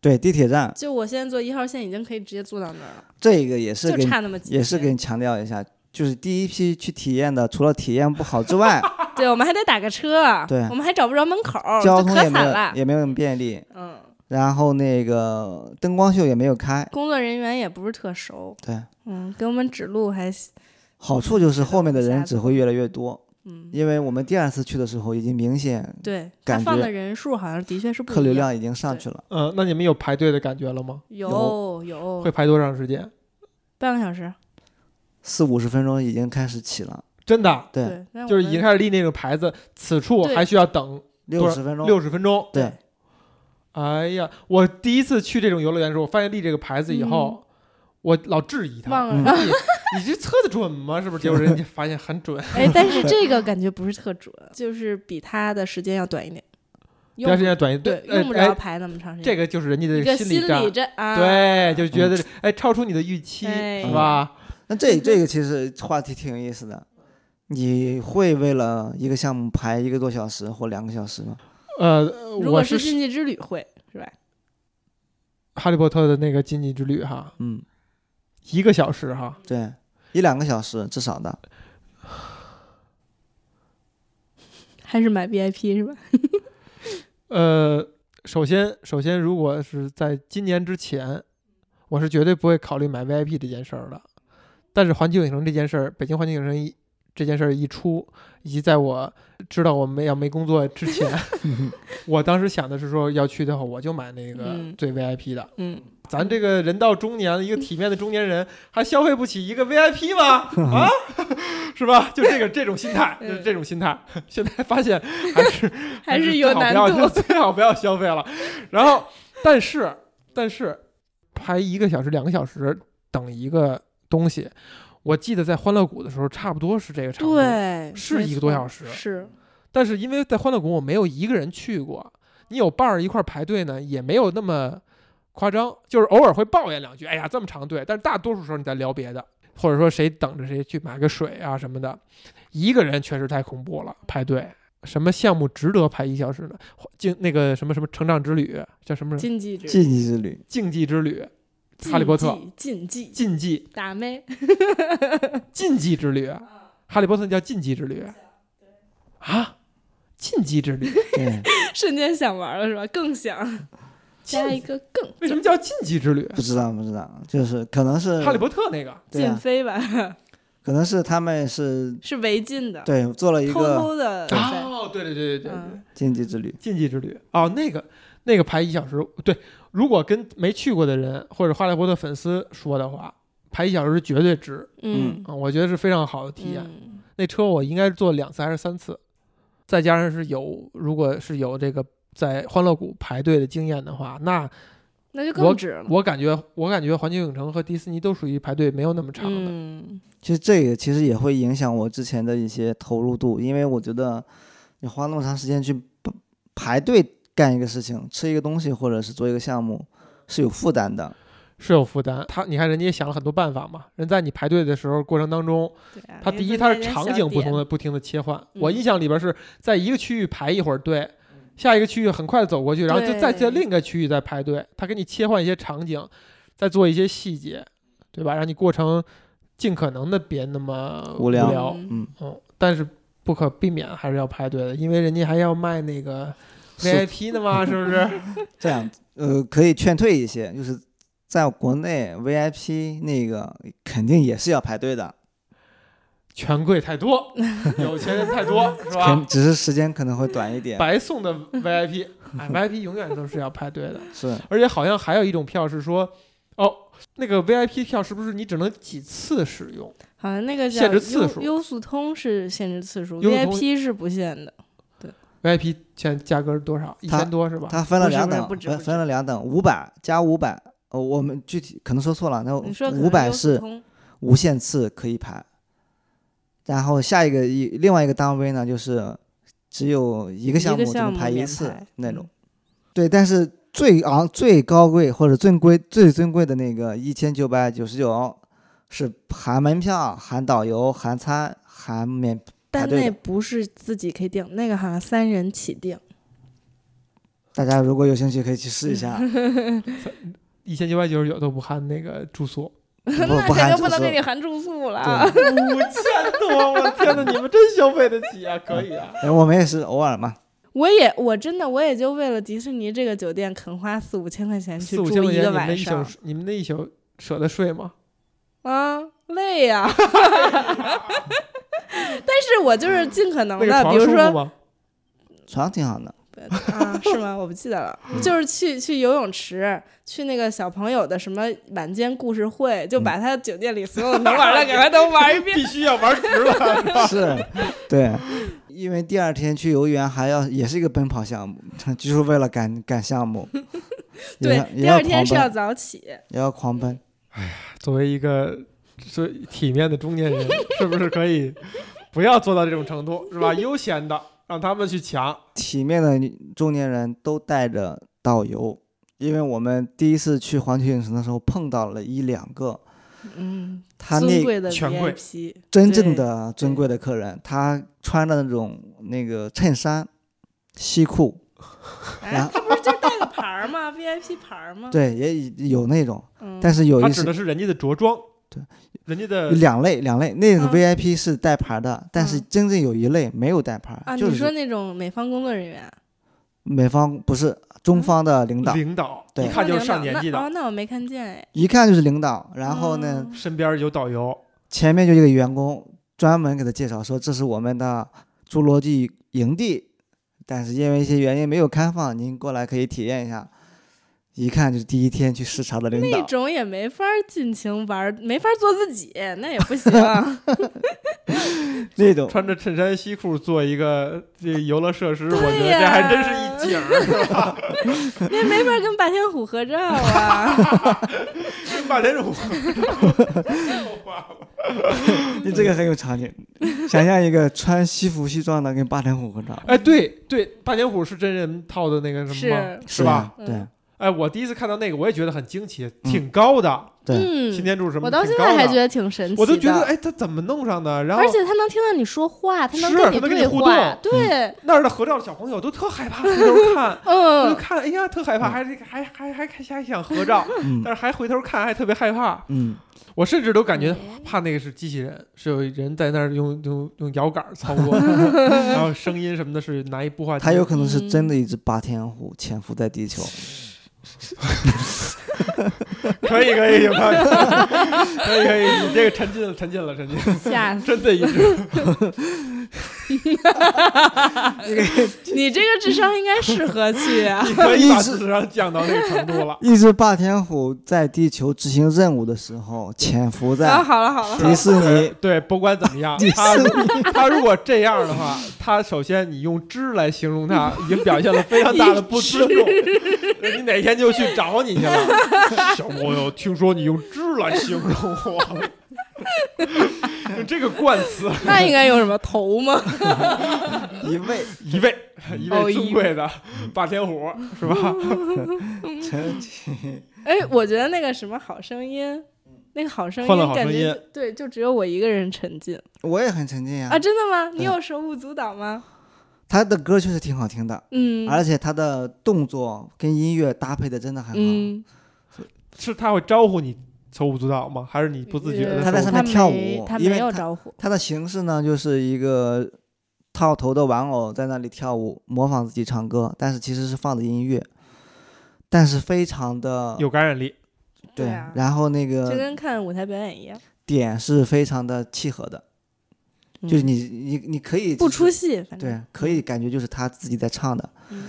C: 对，地铁站
A: 就我现在坐一号线已经可以直接坐到那儿了，
C: 这个也是
A: 就
C: 给你
A: 差那么几
C: 也是
A: 天
C: 给你强调一下，就是第一批去体验的，除了体验不好之 外，
A: 对，我们还得打个车，
C: 对
A: 我们还找不着门口，
C: 交
A: 就
C: 通
A: 哦可
C: 也
A: 惨
C: 没有
A: 了。
C: 也没有那么便利，
A: 嗯，
C: 然后那个灯光秀也没有开，
A: 工作人员也不是特熟，
C: 对，
A: 嗯，给我们指路还行，
C: 好处就是后面的人只会越来越多，
A: 嗯，
C: 因为我们第二次去的时候已经明显
A: 对，他
C: 感
A: 放
C: 觉
A: 的人数好像的确是不
C: 客流
A: 一样
C: 量已经上去了，
B: 嗯，那你们有排队的感觉了吗？
A: 有有
B: 会排多长时间？
A: 半个小时，
C: 四五十分钟已经开始起了，
B: 真的，
C: 对，
A: 对，那
B: 就是
A: 我
B: 已经
A: 们
B: 开始立那个牌子，此处
A: 对
B: 还需要等
C: 六十分钟，
B: 六十分钟。
C: 对，
B: 哎呀，我第一次去这种游乐园的时候，我发现立这个牌子以后，我老质疑它，
A: 嗯忘
C: 嗯
A: 了。
B: 你这测的准吗？是不是？结果人家发现很准，
A: 哎，但是这个感觉不是特 准，就是比他的时间要短一点，
B: 第
A: 用
B: 二
A: 不
B: 时间短一
A: 对
B: 对，
A: 用不
B: 哎
A: 着
B: 哎
A: 排那么长时间。
B: 这个就是人家
A: 一个
B: 的
A: 心
B: 理战，
A: 战啊，
B: 对，就觉得哎超出你的预期
A: 哎
B: 是吧？
C: 那这这个其实话题挺有意思的，你会为了一个项目排一个多小时或两个小时吗？
B: 呃，
A: 如果
B: 我
A: 是
B: 是
A: 经济之旅会是吧？
B: 哈利波特的那个禁忌之旅哈，
C: 嗯，
B: 一个小时哈，
C: 对，一两个小时至少的，
A: 还是买 VIP 是吧？
B: 呃，首先，首先，如果是在今年之前，我是绝对不会考虑买 VIP 这件事儿的。但是环球影城这件事儿，北京环球影城一这件事儿一出，以及在我知道我们要没工作之前， 我当时想的是说要去的话，我就买那个
A: 嗯
B: 最 VIP 的。
A: 嗯，
B: 咱这个人到中年，一个体面的中年人，还消费不起一个 VIP 吗？啊， 是吧？就这个这种心态，就是这种心态。现在发现还是
A: 还是
B: 是
A: 有
B: 最好
A: 难
B: 不要
A: 度。
B: 最好不要消费了。然后，但是但是排一个小时、两个小时等一个东西，我记得在欢乐谷的时候差不多是这个长 度，
A: 对，
B: 是
A: 没
B: 一个多
A: 错
B: 小时
A: 是
B: 但是因为在欢乐谷我没有一个人去过，你有伴儿一块儿排队呢，也没有那么夸张，就是偶尔会抱怨两句，哎呀这么长队，但是大多数时候你在聊别的，或者说谁等着谁去买个水啊什么的，一个人确实太恐怖了，排队。什么项目值得排一小时呢？竞那个什么什么成长之旅叫什么
A: 禁忌之
C: 禁忌之旅，
B: 竞技之旅、哈利波特
A: 禁忌禁忌
B: 竞技
A: 打妹，
B: 禁忌之旅，哈利波特叫禁忌之旅啊，禁忌之旅，
C: 对，
A: 瞬间想玩了是吧？更想加一
B: 禁
A: 个更
B: 为什么叫禁忌之旅？
C: 不知道不知道，就是可能是
B: 哈利波特那个，
C: 对
A: 禁
C: 啊，
A: 飞吧？
C: 可能是他们是
A: 是违禁的，
C: 对做了一
A: 偷
C: 个
A: 偷的在
B: 哦，对对对对对，对
A: 嗯
C: 禁忌之旅，
B: 禁忌之旅哦，那个那个排一小时，对，如果跟没去过的人或者哈利波特粉丝说的话，排一小时绝对值
A: 嗯
B: 啊、我觉得是非常好的体验。
A: 嗯
B: 那车我应该坐两次还是三次，再加上是有如果是有这个在欢乐谷排队的经验的话，
A: 嗯
B: 那
A: 那就
B: 我
A: 更值了。
B: 我感觉我感觉环球影城和迪士尼都属于排队没有那么长的，
A: 嗯，
C: 其实这个其实也会影响我之前的一些投入度，因为我觉得你花那么长时间去不排队干一个事情，吃一个东西或者是做一个项目是有负担的，
B: 是有负担。他你看人家也想了很多办法嘛，人在你排队的时候过程当中。
A: 对啊
B: 它
A: 因为
B: 第
A: 增
B: 一，
A: 加
B: 它是
A: 点
B: 场
A: 小
B: 景不
A: 点
B: 同的不停的切换。我
A: 嗯
B: 印象里边是在一个区域排一会儿队，下一个区域很快地走过去，然后就再在
A: 对
B: 另一个区域再排队。它给你切换一些场景，再做一些细节，对吧？让你过程尽可能的别那么
C: 无聊
A: 嗯
C: 嗯，
B: 嗯，但是不可避免还是要排队的，因为人家还要卖那个
C: 是
B: VIP 的嘛，是不是？
C: 这样，呃，可以劝退一些，就是在国内 VIP 那个肯定也是要排队的，
B: 权贵 太多，有钱人太多，是吧
C: 肯？只是时间可能会短 一点，
B: 白送的 VIP，哎，VIP 永远都是要排队的。
C: 是
B: 而且好像还有一种票是说，哦，那个 VIP 票是不是你只能几次使用？
A: 好像那个
B: 限
A: 叫
B: 制次
A: 优
B: 数
A: 优速通是限制次数
B: 优速通
A: ，VIP 是不限的。
B: VIP 现在价格是多少？一
C: 它
B: 千多是吧？
C: 它分了
A: 不是
C: 两
A: 不是
C: 等
A: 不，止
C: 分
A: 不
C: 分
A: 止
C: 了两等，五百加五百，呃，我们具体可能说错了，那
A: 你说可
C: 哦五
A: 能
C: 百
A: 优
C: 是
A: 速通
C: 无限次可以排。然后下一个一另外一个单位呢，就是只有一个项
A: 一
C: 目
A: 个
C: 只
A: 项
C: 能
A: 目
C: 排一
A: 免
C: 次
A: 排
C: 那种
A: 嗯。
C: 对，但是最昂、最高贵或者最贵、最尊贵的那个一千九百九十九，是含门票、含导游、含餐、含免排
A: 但
C: 队
A: 那
C: 的。
A: 不是自己可以定，那个好像三人起定。
C: 大 家如果有兴趣，可以去试一下。
B: 一千九百九十九都不含那个住宿，
C: 不
A: 肯
C: 不含
A: 定
C: 住
A: 不能给
C: 宿
A: 你含住宿了啊。
B: 五千多，我的天哪！你们真消费得起 啊，可以啊。
C: 哎，我们也是偶尔嘛，
A: 我也我真的我也就为了迪士尼这个酒店肯花四五千块钱去
B: 四
A: 住
B: 五千块
A: 一
B: 钱，
A: 个
B: 你们那
A: 晚
B: 一宿
A: 上，
B: 睡，你们那一宿舍得睡吗？
A: 啊，累 呀、但是我就是尽可能
B: 嗯
A: 的，
B: 那个床
A: 比如
B: 舒服
A: 说
B: 吗？
C: 床挺好的。
A: 啊，是吗？我不记得了，
C: 嗯
A: 就是去去游泳池，去那个小朋友的什么晚间故事会，
C: 嗯
A: 就把他酒店里所有能玩的给他都玩一 遍。
B: 必须要玩值了。
C: 是，对，因为第二天去游园还要也是一个奔跑项目，就是为了赶赶项目，也
A: 对
C: 要，也
A: 第
C: 要
A: 二天
C: 狂
A: 是要
C: 奔，
A: 早起，
C: 也要狂奔。
B: 作为一个最体面的中年人，是不是可以不要做到这种程度， 是吧？悠闲的让他们去抢。
C: 体面的女中年人都带着导游，因为我们第一次去环球影城的时候碰到了一两个
A: 嗯，
C: 他
A: 尊
C: 那
A: 贵的
B: 权贵
A: VIP，
C: 真
A: 对
C: 正的尊贵的客人，他穿的那种那个衬衫、西裤，
A: 哎，他不是就带个牌儿吗？VIP 牌儿吗？
C: 对，也有那种，
A: 嗯，
C: 但是有
B: 他
C: 一
B: 指
C: 些
B: 的是人家的着装，
C: 对，
B: 人家的
C: 有 两类两类，那个
A: 嗯
C: VIP 是带牌的，但是
A: 嗯
C: 真正有一类没有带牌，
A: 啊，
C: 就
A: 你说
C: 是
A: 那种美方工作人员，
C: 美方不是中方的领
A: 嗯
C: 导，
B: 领导，
C: 对
B: 一看就是上年纪
A: 那
B: 的，
A: 哦，那我没看见哎。
C: 一看就是领导，然后呢，
A: 哦？
B: 身边有导游，
C: 前面就有一个员工专门给他介绍说这是我们的侏罗纪营地，但是因为一些原因没有开放，您过来可以体验一下。一看就是第一天去视察的领
A: 那
C: 导，
A: 种也没法尽情玩，没法做自己，那也不 行。
C: 那种
B: 穿着衬衫西裤做一个这游乐设施，
A: 对
B: 我觉得
A: 呀
B: 这还真是一景儿，是吧？
A: 那没法跟霸天虎合照 啊！
B: 跟霸天 虎，
C: 你这个很有场景。想象一个穿西服西装的跟霸天虎合照，
B: 哎，对对，霸天虎是真人套的那个什么吗？
A: 是，
B: 是吧？
C: 对
A: 嗯
B: 哎，我第一次看到那个，我也觉得很惊奇，
C: 嗯
B: 挺高的，
C: 对，
B: 擎
A: 嗯，
B: 天柱什么，
A: 我到
B: 挺
A: 现
B: 高
A: 在还
B: 的
A: 觉得挺神奇的。
B: 我都觉得，哎，他怎么弄上的？然后
A: 而且他能听到你说话，他能
B: 是
A: 跟
B: 他能跟你
A: 对
B: 互
A: 话，
B: 动
A: 对，
B: 那儿的合照的小朋友都特害怕，回头看，我就
A: 嗯，
B: 看，哎呀，特害怕，还还还还还想合照，
C: 嗯
B: 但是还回头看，还特别害怕。
C: 嗯，
B: 我甚至都感觉
A: 哎
B: 怕那个是机器人，是有人在那儿用用用摇杆操作， 然后声音什么的是拿一步话机。
C: 他有可能是
A: 嗯
C: 真的一只霸天虎潜伏在地球，
B: 可以可以，有可以 可以可以，你这个沉浸了沉浸了沉浸了，
A: 吓死
B: 真的一 只。
A: 你这个智商应该适合去 啊！
B: 你可以
C: 一
B: 把
C: 只
B: 智商降到那个程度了。
C: 一只霸天虎在地球执行任务的时候潜伏
A: 啊，
C: 在
A: 好了好了，
C: 迪士尼，
B: 对，不管怎么样，他他如果这样的话，他首先你用“知”来形容他，已经表现了非常大的不尊重。你哪天就去找你去了，小朋友，听说你用“知”来形容我，用这个冠词，
A: 那应该有什么头吗？
C: 一位
B: 一位一
A: 哦
B: 位
A: 一
B: 尊贵的霸天虎是吧？
A: 嗯
C: 沉
A: 哎，我觉得那个什么好声音，那个好声
B: 欢乐好
A: 感
B: 声
A: 觉
B: 音嗯
A: 就对，就只有我一个人沉浸
C: 我也很沉浸呀、
A: 啊！真的吗？你
C: 对
A: 有手舞足蹈吗？
C: 他的歌确实挺好听的，
A: 嗯，
C: 而且他的动作跟音乐搭配的真的很好。
B: 啊
A: 嗯，
B: 是他会招呼你手舞足蹈吗？还是你不自觉的？
C: 呃他在上面
A: 没
C: 跳舞
A: 他
C: 因为
A: 没有
C: 他
A: 招呼，
C: 他的形式呢，就是一个套头的玩偶在那里跳舞，模仿自己唱歌，但是其实是放的音乐，但是非常的
B: 有感染力，
C: 对，
A: 对啊
C: 然后那
A: 就
C: 个
A: 跟看舞台表演一样，
C: 点是非常的契合的，就是你你你可以
A: 嗯不
C: 就是
A: 出戏，反正
C: 对，可以感觉就是他自己在唱的，
A: 嗯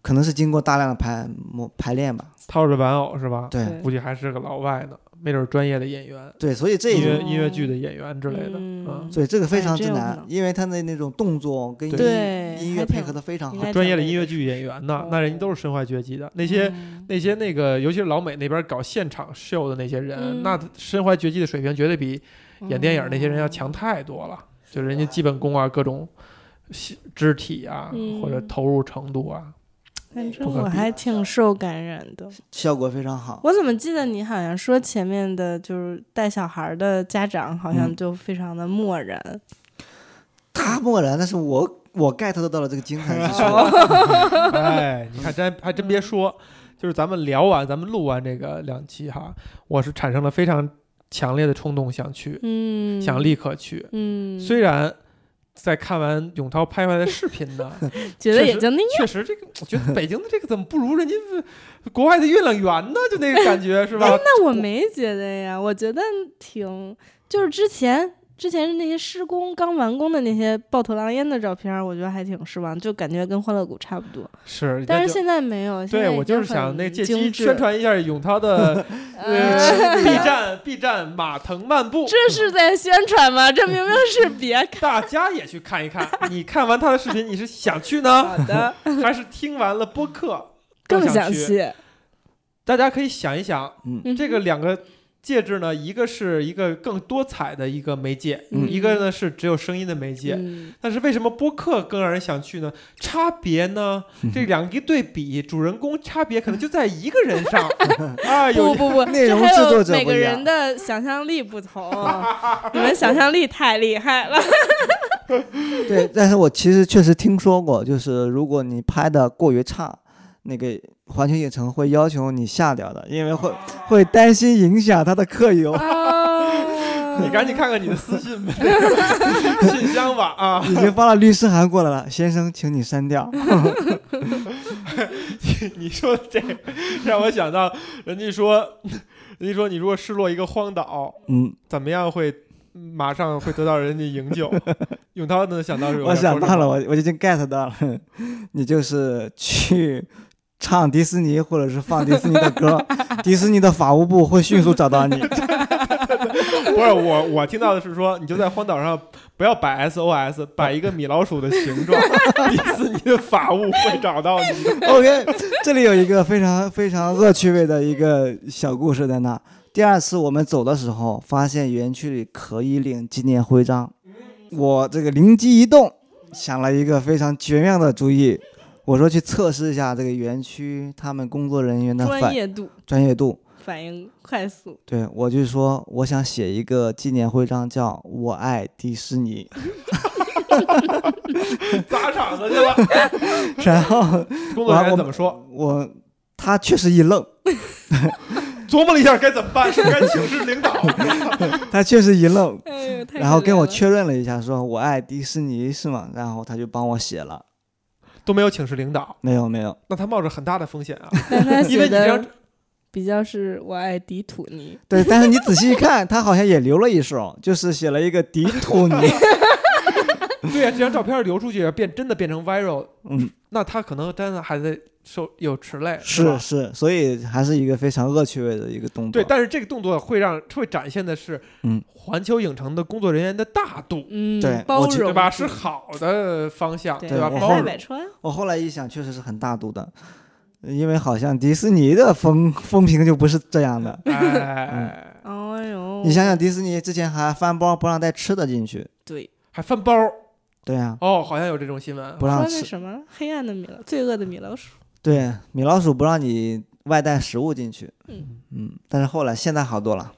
C: 可能是经过大量的排磨排练吧，
B: 套着玩偶是吧？
C: 对
A: 对
B: 估计还是个老外呢，没准儿专业的演员。
C: 对，所以这
B: 音
C: 也
B: 乐音乐剧的演员之类的，
A: 哦嗯
B: 嗯，
C: 所以这个非
A: 哎
C: 常
A: 这
C: 之
A: 有可
C: 难
A: 能，
C: 因为他的那种动作跟
A: 对
C: 音音
A: 还
C: 乐配
A: 挺
C: 合的非常
A: 应
C: 好
A: 该。
B: 啊专业的音乐剧演员呢
A: 哦，
B: 那人家都是身怀绝技的。那些
A: 嗯
B: 那些那个，尤其是老美那边搞现场秀的那些人，
A: 嗯
B: 那身怀绝技的水平绝对比演电影那些人要
A: 哦
B: 强太多了。就人家基本功啊，各种细肢体啊，
A: 嗯
B: 或者投入程度 啊，
A: 反正
B: 不可
A: 我
B: 比
A: 还挺受感染的。
C: 效果非常好。
A: 我怎么记得你好像说前面的就是带小孩的家长好像
C: 嗯
A: 就非常的漠然，
C: 他漠然，但是我我 get 到了这个精髓之处。
A: 哦
B: 哎，你看真还真别说，就是咱们聊完，咱们录完这个两期哈，我是产生了非常强烈的冲动想去，
A: 嗯，
B: 想立刻去。
A: 嗯，
B: 虽然在看完永涛拍出来的视频 呢，
A: 觉得
B: 确
A: 也
B: 实
A: 就那
B: 确实这个，我觉得北京的这个怎么不如人家国外的月亮圆呢？就那个感觉是吧？
A: 那我没觉得呀，我觉得挺就是之前之前那些施工刚完工的那些抱头狼烟的照片儿，我觉得还挺失望，就感觉跟欢乐谷差不多。
B: 是，
A: 但
B: 那
A: 是
B: 就
A: 现在没有，现
B: 对
A: 在已
B: 我
A: 经
B: 就是想
A: 很
B: 那借
A: 精
B: 机
A: 致
B: 宣，传一下永涛 的
A: 呃
B: 呃 B 站 B 站马腾漫步。
A: 这是在宣传吗？这明明是别看
B: 大家也去看一看，你看完他的视频，你是想去 呢，
A: 的，
B: 还是听完了播客
A: 更
B: 想
A: 想
B: 去？
A: 去
B: 大家可以想一想，
A: 嗯
B: 这个两个介质呢，一个是一个更多彩的一个媒介，
A: 嗯
B: 一个呢是只有声音的媒介。
A: 嗯
B: 但是为什么播客更让人想去呢？差别 呢？这两个一对比，主人公差别可能就在一个人 上啊，
A: 不
B: 有
A: 不不，
C: 内
A: 这
C: 容
A: 还
C: 制
A: 有
C: 作者
A: 每
C: 不
A: 个
C: 一
A: 人
C: 样
A: 的想象力不 同，你们想象力太厉害了。
C: 对，但是我其实确实听说过，就是如果你拍的过于差，那个环球影城会要求你下掉的，因为会会担心影响它的客流。
A: 啊
B: 你赶紧看看你的私信 吧，信箱吧啊！
C: 已经发了律师函过来了，先生，请你删掉。
B: 你说这个让我想到，人家说，人家说你如果失落一个荒岛，
C: 嗯，
B: 怎么样会马上会得到人家营 救？永涛能想到这个？
C: 我想到了，我我已经 get 到了， 你就是去唱迪士尼或者是放迪士尼的歌， 迪士尼的法务部会迅速找到你。
B: 不是我，我听到的是说，你就在荒岛上不要摆 SOS，摆一个米老鼠的形 状，迪士尼的法务会找到你的。
C: OK，这里有一个非常非常恶趣味的一个小故事在那。第二次我们走的时候，发现园区里可以领纪念徽章，我这个灵机一动，想了一个非常绝妙的主意，我说去测试一下这个园区他们工作人员的
A: 专
C: 反
A: 业度、
C: 专业度。
A: 反应快速，
C: 对我就说，我想写一个纪念徽章，叫“我爱迪士尼”。
B: 砸场子去 了。
C: 然后
B: 工作人员怎么说？
C: 我他确实一愣，
B: 琢磨了一下该怎么办，是不是该请示领导？
C: 他确实一愣，
A: 哎呦，太
C: 然后
A: 可
C: 跟
A: 怜
C: 我
A: 了
C: 确认了一下，说我爱迪士尼是吗？然后他就帮我写了，
B: 都没有请示领导，
C: 没有没有，
B: 那他冒着很大的风险 啊，
A: 但他
B: 因为
A: 写
B: 你这样
A: 的比较是我爱迪土尼，
C: 对，但是你仔细一看，他好像也留了一手， 就是写了一个迪土尼，
B: 对呀、这张照片流出去变真的变成 viral，
C: 嗯，
B: 那他可能真的还得受有迟累，吧
C: 是是，所以还是一个非常恶趣味的一个动作。
B: 对，但是这个动作会让会展现的是，
C: 嗯，
B: 环球影城的工作人员的大度，
A: 嗯，
C: 对
A: 包
C: 我觉
A: 容
B: 对
C: 得
B: 吧？是好的方向，
A: 对
C: 对
B: 吧？
C: 我
B: 包
A: 在
C: 后
B: 容
A: 百。川，
C: 我后来一想，确实是很大度的，因为好像迪士尼的风风评就不是这样的。
B: 哎，
A: 哎呦，
C: 你想想，迪士尼之前还翻包不让带吃的进去，
A: 对，
B: 还翻包
C: 对呀、
B: 哦，好像有这种新闻。
C: 不
A: 说
C: 让
A: 那
C: 吃，
A: 什么黑暗的米老，罪恶的米老鼠，
C: 对，米老鼠不让你外带食物进去。
A: 嗯
C: 嗯，但是后来现在好多了。